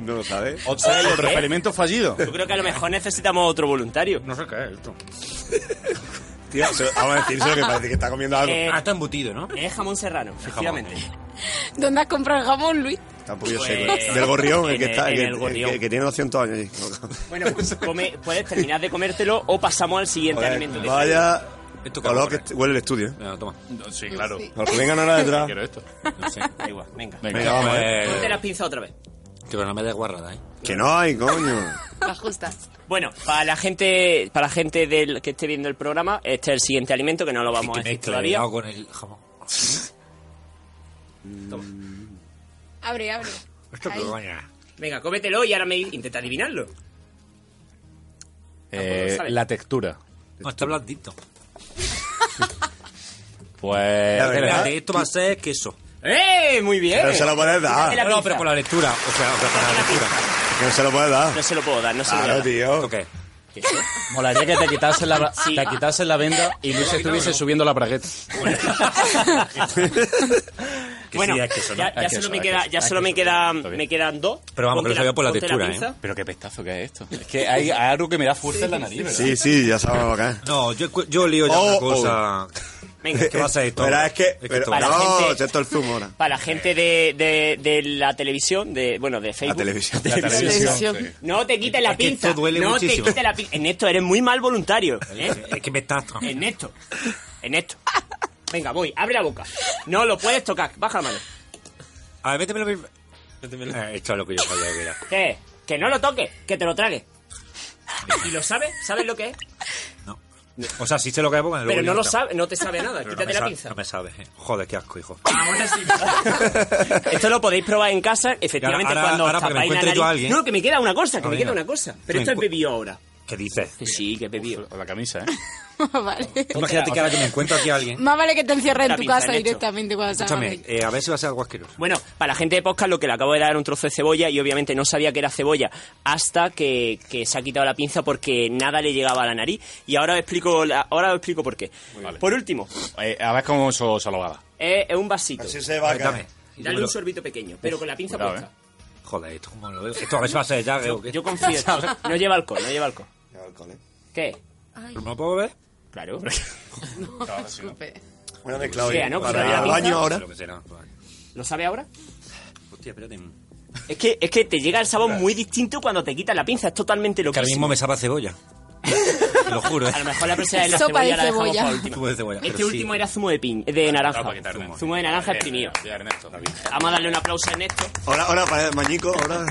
[SPEAKER 8] No lo sabes.
[SPEAKER 4] O sea, los experimentos fallidos.
[SPEAKER 5] Yo creo que a lo mejor necesitamos otro voluntario.
[SPEAKER 6] No sé qué es esto.
[SPEAKER 8] Tío, eso- vamos a decírselo que parece que está comiendo algo.
[SPEAKER 5] Eh,
[SPEAKER 6] ah, está embutido, ¿no?
[SPEAKER 5] Es jamón serrano, efectivamente.
[SPEAKER 2] ¿Dónde has comprado el jamón, Luis?
[SPEAKER 8] Está un poquillo
[SPEAKER 5] Pues,
[SPEAKER 8] seco. Del gorrión, el que,
[SPEAKER 5] en
[SPEAKER 8] está,
[SPEAKER 5] el-
[SPEAKER 8] el, que-
[SPEAKER 5] en el gorrión.
[SPEAKER 8] el que tiene 200 años. allí.
[SPEAKER 5] Bueno, pues come- puedes terminar de comértelo o pasamos al siguiente
[SPEAKER 8] Joder,
[SPEAKER 5] alimento. que-
[SPEAKER 8] vaya. Color que huele el estudio.
[SPEAKER 5] Ah.
[SPEAKER 8] ¿eh?
[SPEAKER 6] toma.
[SPEAKER 4] Sí, claro.
[SPEAKER 8] Los que vengan ahora detrás.
[SPEAKER 4] Quiero esto.
[SPEAKER 5] No sé, da igual, venga.
[SPEAKER 8] Venga, vamos,
[SPEAKER 4] Pues,
[SPEAKER 8] eh.
[SPEAKER 5] Ponte las pinzas otra vez.
[SPEAKER 6] Pero no me des guarrada, ¿eh?
[SPEAKER 8] Que no hay, coño.
[SPEAKER 11] Las justas.
[SPEAKER 5] Bueno, para la gente, para la gente del que esté viendo el programa, este es el siguiente alimento que no lo vamos a decir
[SPEAKER 6] Mezcla el
[SPEAKER 5] todavía.
[SPEAKER 6] helado con el jamón.
[SPEAKER 2] Abre, abre.
[SPEAKER 6] Esto
[SPEAKER 2] Ahí.
[SPEAKER 6] que vaya.
[SPEAKER 5] Venga, cómetelo y ahora me intenta adivinarlo.
[SPEAKER 4] Eh,
[SPEAKER 5] ¿sabes?
[SPEAKER 4] la textura.
[SPEAKER 6] No, está blandito.
[SPEAKER 4] Pues.
[SPEAKER 6] La verdad, esto va a ser queso.
[SPEAKER 5] ¡Eh! Muy bien.
[SPEAKER 8] Pero se lo puedes
[SPEAKER 4] Ah,
[SPEAKER 8] dar.
[SPEAKER 6] No, no, pero con la lectura. O sea, o sea, con la lectura.
[SPEAKER 8] Que no se lo puedes dar.
[SPEAKER 5] No se lo puedo dar, no se
[SPEAKER 8] Claro,
[SPEAKER 5] lo voy
[SPEAKER 8] tío.
[SPEAKER 6] ¿Qué?
[SPEAKER 4] Oh. Molaría que te quitasen la, te quitasen la venda y Luis estuviese subiendo la bragueta.
[SPEAKER 5] Bueno,
[SPEAKER 4] sí, es que eso, ¿no?
[SPEAKER 6] Ah,
[SPEAKER 5] ya, ya
[SPEAKER 4] Es que
[SPEAKER 5] solo
[SPEAKER 4] eso,
[SPEAKER 5] me
[SPEAKER 4] es
[SPEAKER 5] queda,
[SPEAKER 4] que-
[SPEAKER 5] ya
[SPEAKER 4] es
[SPEAKER 5] solo
[SPEAKER 4] que
[SPEAKER 5] me
[SPEAKER 4] eso,
[SPEAKER 5] quedan,
[SPEAKER 4] está bien.
[SPEAKER 5] me quedan dos.
[SPEAKER 6] Pero vamos,
[SPEAKER 5] Ponte
[SPEAKER 6] que lo
[SPEAKER 5] la-
[SPEAKER 6] sabía por la
[SPEAKER 5] ponte
[SPEAKER 6] textura,
[SPEAKER 5] pinza.
[SPEAKER 6] ¿eh?
[SPEAKER 4] Pero qué pestazo que es esto. Es que hay algo que me da fuerza en la nariz, ¿verdad?
[SPEAKER 8] Sí, sí, ya sabemos lo que es.
[SPEAKER 6] No, yo, yo lío ya
[SPEAKER 8] Oh,
[SPEAKER 6] una
[SPEAKER 8] oh.
[SPEAKER 6] cosa.
[SPEAKER 5] Venga.
[SPEAKER 6] ¿Qué va a ser esto?
[SPEAKER 8] Pero es que.
[SPEAKER 6] que
[SPEAKER 8] pero-
[SPEAKER 6] esto-
[SPEAKER 5] Para la
[SPEAKER 8] no,
[SPEAKER 5] gente-
[SPEAKER 8] si esto es el zumo ahora.
[SPEAKER 5] Para la gente de, de, de la televisión, de bueno, de
[SPEAKER 8] La
[SPEAKER 5] Facebook.
[SPEAKER 8] televisión.
[SPEAKER 5] televisión. No te quites la
[SPEAKER 6] Es que
[SPEAKER 5] pinza.
[SPEAKER 6] esto duele
[SPEAKER 5] no
[SPEAKER 6] muchísimo.
[SPEAKER 5] te quites la pinza. Ernesto, eres muy mal voluntario. ¿eh?
[SPEAKER 6] Es que me estás.
[SPEAKER 5] Ernesto. Ernesto. Venga, voy. Abre la boca. No lo puedes tocar. Baja la mano.
[SPEAKER 6] A ver, métemelo. mi- métemelo. Eh, esto es lo que yo sabía que era.
[SPEAKER 5] ¿Qué? Que no lo toques. Que te lo trague. ¿Y lo sabes? ¿Sabes lo que es?
[SPEAKER 6] O sea, sí sé lo que es porque
[SPEAKER 5] Pero
[SPEAKER 6] luego
[SPEAKER 5] no lo
[SPEAKER 6] yo-
[SPEAKER 5] sabe, no te sabe nada.
[SPEAKER 6] Pero no
[SPEAKER 5] Quítate
[SPEAKER 6] me
[SPEAKER 5] la
[SPEAKER 6] sa-
[SPEAKER 5] pinza.
[SPEAKER 6] No me sabes, eh. Joder, qué asco, hijo.
[SPEAKER 5] Esto lo podéis probar en casa, efectivamente,
[SPEAKER 6] Ahora- ahora-
[SPEAKER 5] cuando os
[SPEAKER 6] ahora,
[SPEAKER 5] tapáis
[SPEAKER 6] porque me
[SPEAKER 5] la
[SPEAKER 6] encuentre
[SPEAKER 5] nariz.
[SPEAKER 6] yo a alguien.
[SPEAKER 5] No, que me queda una cosa, que
[SPEAKER 6] Ah,
[SPEAKER 5] me
[SPEAKER 6] venga.
[SPEAKER 5] queda una cosa. Pero
[SPEAKER 6] Me
[SPEAKER 5] esto es
[SPEAKER 6] encu-
[SPEAKER 5] bebido ahora.
[SPEAKER 6] ¿Qué dices?
[SPEAKER 5] Que sí, que he bebido.
[SPEAKER 4] La camisa, ¿eh?
[SPEAKER 2] vale.
[SPEAKER 6] Imagínate que ahora que me encuentro aquí a alguien.
[SPEAKER 2] Más vale que te encierres en
[SPEAKER 5] La
[SPEAKER 2] tu
[SPEAKER 5] pinza,
[SPEAKER 2] casa
[SPEAKER 5] Nacho.
[SPEAKER 2] directamente cuando salgas de
[SPEAKER 6] Escúchame,
[SPEAKER 2] aquí.
[SPEAKER 6] eh, a ver si va a ser algo asqueroso.
[SPEAKER 5] Bueno, para la gente de podcast lo que le acabo de dar era un trozo de cebolla y obviamente no sabía que era cebolla hasta que, que se ha quitado la pinza porque nada le llegaba a la nariz y ahora os explico, la- ahora os explico por qué. Por último,
[SPEAKER 4] Eh, a ver cómo eso se lo va a dar.
[SPEAKER 5] es, es un vasito.
[SPEAKER 8] Así se va a caer.
[SPEAKER 5] Dale un sorbito pequeño, pero con la pinza
[SPEAKER 4] Cuidado, ¿eh?
[SPEAKER 5] puesta.
[SPEAKER 6] Joder, esto como lo veo. Esto a ver si va a ser ya. creo que-
[SPEAKER 5] Yo confío, no lleva alcohol, no lleva alcohol.
[SPEAKER 8] Lleva alcohol, ¿eh?
[SPEAKER 5] ¿Qué?
[SPEAKER 6] ¿Pero ¿Me lo puedo ver?
[SPEAKER 5] Claro.
[SPEAKER 2] Disculpe.
[SPEAKER 8] Una mezcla hoy.
[SPEAKER 5] Sea, ¿no?
[SPEAKER 8] Para
[SPEAKER 5] Pero
[SPEAKER 8] ir
[SPEAKER 5] la
[SPEAKER 8] al
[SPEAKER 5] pinza-
[SPEAKER 8] baño ahora.
[SPEAKER 6] Lo que será. vale.
[SPEAKER 5] ¿Lo sabe ahora?
[SPEAKER 6] Hostia, espérate.
[SPEAKER 5] Es que, es que te llega el sabor muy distinto cuando te quitas la pinza, es totalmente lo
[SPEAKER 6] Que ahora mismo me sabe a cebolla. Te lo juro, eh.
[SPEAKER 5] A lo mejor la presa de la
[SPEAKER 2] Sopa de
[SPEAKER 5] cebolla la dejamos
[SPEAKER 2] cebolla.
[SPEAKER 5] para última.
[SPEAKER 6] Zumo de cebolla.
[SPEAKER 5] Este
[SPEAKER 6] pero sí.
[SPEAKER 5] último era zumo de, piñ de naranja.
[SPEAKER 4] para quitar Ernesto.
[SPEAKER 5] Zumo de naranja exprimido.
[SPEAKER 4] Ya, Ernesto.
[SPEAKER 5] Vamos a darle un aplauso a Ernesto.
[SPEAKER 8] Ahora, ahora, para el mañico, ahora.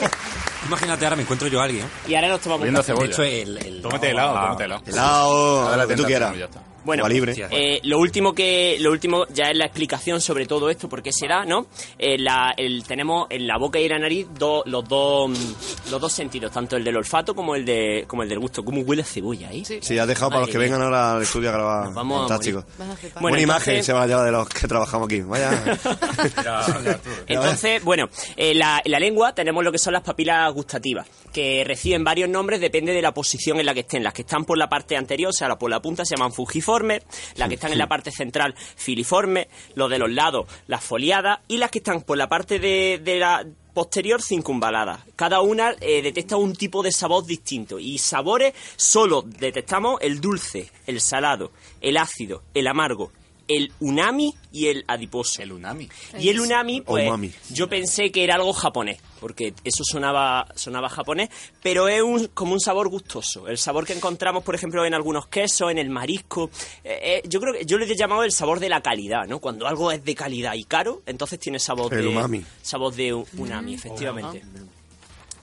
[SPEAKER 6] Imagínate, ahora me encuentro yo a alguien.
[SPEAKER 5] Y ahora nos tomamos un
[SPEAKER 4] Viendo
[SPEAKER 5] café.
[SPEAKER 4] cebolla.
[SPEAKER 6] De hecho, el. el
[SPEAKER 4] Tómate helado, tómate helado.
[SPEAKER 8] Helado,
[SPEAKER 4] Ahora
[SPEAKER 8] lo que tú
[SPEAKER 4] tentación,
[SPEAKER 8] quieras.
[SPEAKER 4] ya está.
[SPEAKER 5] Bueno,
[SPEAKER 8] Cuba libre.
[SPEAKER 6] Hostia.
[SPEAKER 5] eh, lo último que lo último ya es la explicación sobre todo esto, porque será, ¿no? Eh, la- el- tenemos en la boca y en la nariz do- los dos mm, los dos sentidos, tanto el del olfato como el de como el del gusto. ¿Cómo huele a cebolla eh, ahí?
[SPEAKER 8] Sí, has dejado para los que
[SPEAKER 5] Madre mía.
[SPEAKER 8] vengan ahora al estudio a grabar.
[SPEAKER 5] Nos vamos a
[SPEAKER 8] Fantástico.
[SPEAKER 5] morir.
[SPEAKER 11] Vas a flipar.
[SPEAKER 5] Bueno,
[SPEAKER 8] Buena imagen
[SPEAKER 5] entonces-
[SPEAKER 8] se va a llevar de los que trabajamos aquí. Vaya.
[SPEAKER 5] Entonces, bueno, eh, la, en la lengua tenemos lo que son las papilas gustativas, que reciben varios nombres, depende de la posición en la que estén. Las que están por la parte anterior, o sea, la- por la punta, se llaman fujiformes, las que están en la parte central, filiformes, los de los lados, las foliadas, y las que están por la parte este de, de la posterior circunvalada. Cada una eh, detecta un tipo de sabor distinto y sabores solo detectamos el dulce, el salado, el ácido, el amargo, el unami y el adiposo.
[SPEAKER 4] El unami.
[SPEAKER 5] Y el unami, pues
[SPEAKER 8] Umami.
[SPEAKER 5] yo pensé que era algo japonés, porque eso sonaba, sonaba japonés, pero es un, como un sabor gustoso. El sabor que encontramos, por ejemplo, en algunos quesos, en el marisco. Eh, eh, yo creo que yo le he llamado el sabor de la calidad, ¿no? Cuando algo es de calidad y caro, entonces tiene sabor
[SPEAKER 8] El
[SPEAKER 5] de
[SPEAKER 8] umami.
[SPEAKER 5] Sabor de u- unami, efectivamente.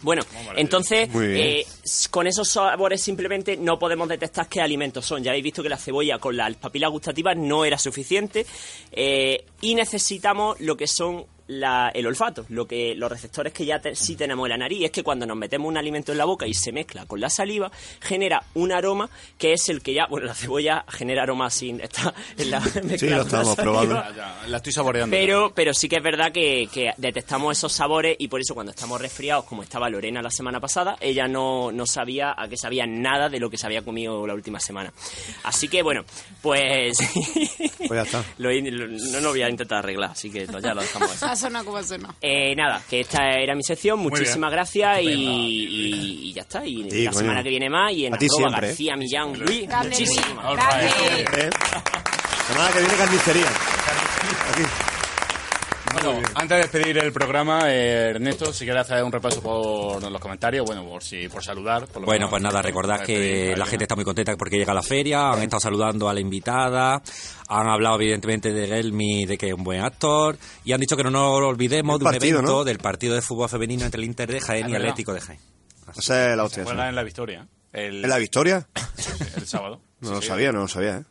[SPEAKER 5] Bueno, entonces,
[SPEAKER 8] Muy bien.
[SPEAKER 5] eh, s- con esos sabores simplemente no podemos detectar qué alimentos son. Ya habéis visto que la cebolla con las papilas gustativas no era suficiente eh, y necesitamos lo que son la- el olfato, lo que los receptores que ya te- sí tenemos en la nariz. Es que cuando nos metemos un alimento en la boca y se mezcla con la saliva, genera un aroma que es el que ya, bueno, la cebolla genera aroma sin está en la mezcla con la saliva.
[SPEAKER 4] Ya, ya, La estoy saboreando.
[SPEAKER 5] Pero, pero sí que es verdad que, que detectamos esos sabores y por eso cuando estamos resfriados, como estaba Lorena la semana pasada, ella no, no sabía a qué sabía nada de lo que se había comido la última semana. Así que bueno, pues
[SPEAKER 8] Pues ya está.
[SPEAKER 5] lo, lo- no lo voy a intentar arreglar, así que ya lo dejamos así.
[SPEAKER 11] Ah,
[SPEAKER 2] Ha sonado como ha sonado.
[SPEAKER 5] Eh, nada, que esta era mi sección,
[SPEAKER 2] bien.
[SPEAKER 5] muchísimas gracias y, y- y ya está. Y
[SPEAKER 8] Sí,
[SPEAKER 5] la
[SPEAKER 8] coño.
[SPEAKER 5] semana que viene más y en
[SPEAKER 8] A ti
[SPEAKER 5] arroba
[SPEAKER 8] siempre, ¿eh?
[SPEAKER 5] García Millán Luis,
[SPEAKER 2] Dale, Luis.
[SPEAKER 5] muchísimas
[SPEAKER 2] Dale.
[SPEAKER 8] ¿Eh? Semana que viene carnicería. Aquí.
[SPEAKER 4] Bueno, antes de despedir el programa, eh, Ernesto, si quieres hacer un repaso por los comentarios, bueno, por, si, por saludar. por lo
[SPEAKER 6] Bueno,
[SPEAKER 4] menos.
[SPEAKER 6] pues nada, recordad que la gente está muy contenta porque llega la feria, han estado saludando a la invitada, han hablado evidentemente de Gelmi, de que es un buen actor, y han dicho que no nos olvidemos
[SPEAKER 8] El
[SPEAKER 6] de un
[SPEAKER 8] partido,
[SPEAKER 6] evento
[SPEAKER 8] ¿no?
[SPEAKER 6] del partido de fútbol femenino entre el Inter de Jaén
[SPEAKER 4] Es
[SPEAKER 6] y
[SPEAKER 4] verdad.
[SPEAKER 6] Atlético de Jaén.
[SPEAKER 8] Esa es la hostia.
[SPEAKER 4] Fue
[SPEAKER 8] esa.
[SPEAKER 4] en la victoria. ¿eh? El,
[SPEAKER 8] ¿En la victoria?
[SPEAKER 4] el sábado.
[SPEAKER 8] No
[SPEAKER 4] Sí,
[SPEAKER 8] lo
[SPEAKER 4] sí.
[SPEAKER 8] sabía, no lo sabía, ¿eh?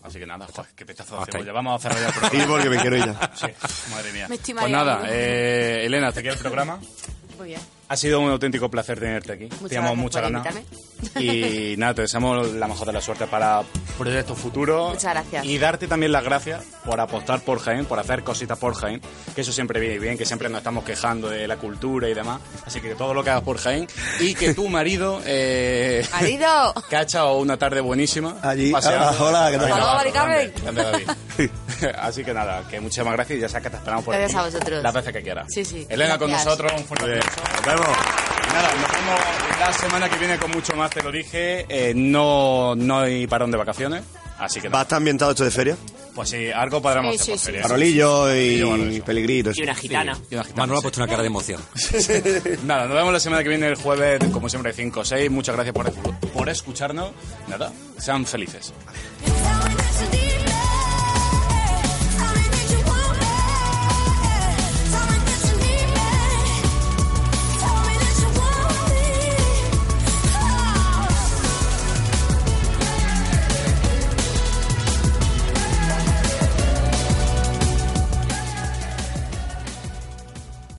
[SPEAKER 4] Así que nada, joder, qué petazo de
[SPEAKER 8] Hasta ahí.
[SPEAKER 4] cebolla. Vamos a cerrar ya el programa.
[SPEAKER 8] Sí, porque me quiero ir ya.
[SPEAKER 4] Sí, madre mía.
[SPEAKER 2] Me estoy
[SPEAKER 4] pues
[SPEAKER 2] mareando.
[SPEAKER 4] nada, eh, Elena, hasta aquí el programa.
[SPEAKER 2] Muy bien.
[SPEAKER 4] Ha sido un auténtico placer tenerte aquí.
[SPEAKER 2] Muchas
[SPEAKER 4] te amo
[SPEAKER 2] gracias
[SPEAKER 4] mucha
[SPEAKER 2] por
[SPEAKER 4] ganas.
[SPEAKER 2] invitarme.
[SPEAKER 4] Y nada, te deseamos la mejor de la suerte para proyectos futuros.
[SPEAKER 11] Muchas gracias.
[SPEAKER 4] Y darte también las gracias por apostar por Jaén, por hacer cositas por Jaén, que eso siempre viene bien, que siempre nos estamos quejando de la cultura y demás. Así que todo lo que hagas por Jaén y que tu marido... Eh,
[SPEAKER 11] ¡Marido!
[SPEAKER 4] que ha echado una tarde buenísima.
[SPEAKER 8] Allí.
[SPEAKER 4] paseando.
[SPEAKER 8] Ah, hola, ¿qué tal?
[SPEAKER 11] Hola, Mari Carmen.
[SPEAKER 4] Grande, grande, David. Así que nada, que muchísimas gracias y ya sabes que te esperamos por
[SPEAKER 11] Gracias
[SPEAKER 4] aquí
[SPEAKER 11] a vosotros.
[SPEAKER 4] Las veces que quieras.
[SPEAKER 11] Sí, sí.
[SPEAKER 4] Elena con
[SPEAKER 11] Gracias.
[SPEAKER 4] nosotros, un fuerte aplauso. Nos vemos. Nada, nos vemos la semana que viene con mucho más, te lo dije. Eh, no, no hay parón de vacaciones, así que
[SPEAKER 8] ¿Va a estar ambientado esto de feria?
[SPEAKER 4] pues sí, algo podremos
[SPEAKER 2] Sí,
[SPEAKER 4] hacer por
[SPEAKER 2] sí,
[SPEAKER 4] feria.
[SPEAKER 8] Parolillo y peligrito. eso.
[SPEAKER 6] Y una gitana, Manuel ha puesto una cara de emoción.
[SPEAKER 4] Nada, nos vemos la semana que viene el jueves, como siempre, 5 o 6. Muchas gracias por, por escucharnos. Nada, sean felices.
[SPEAKER 20] It's how we meant to be.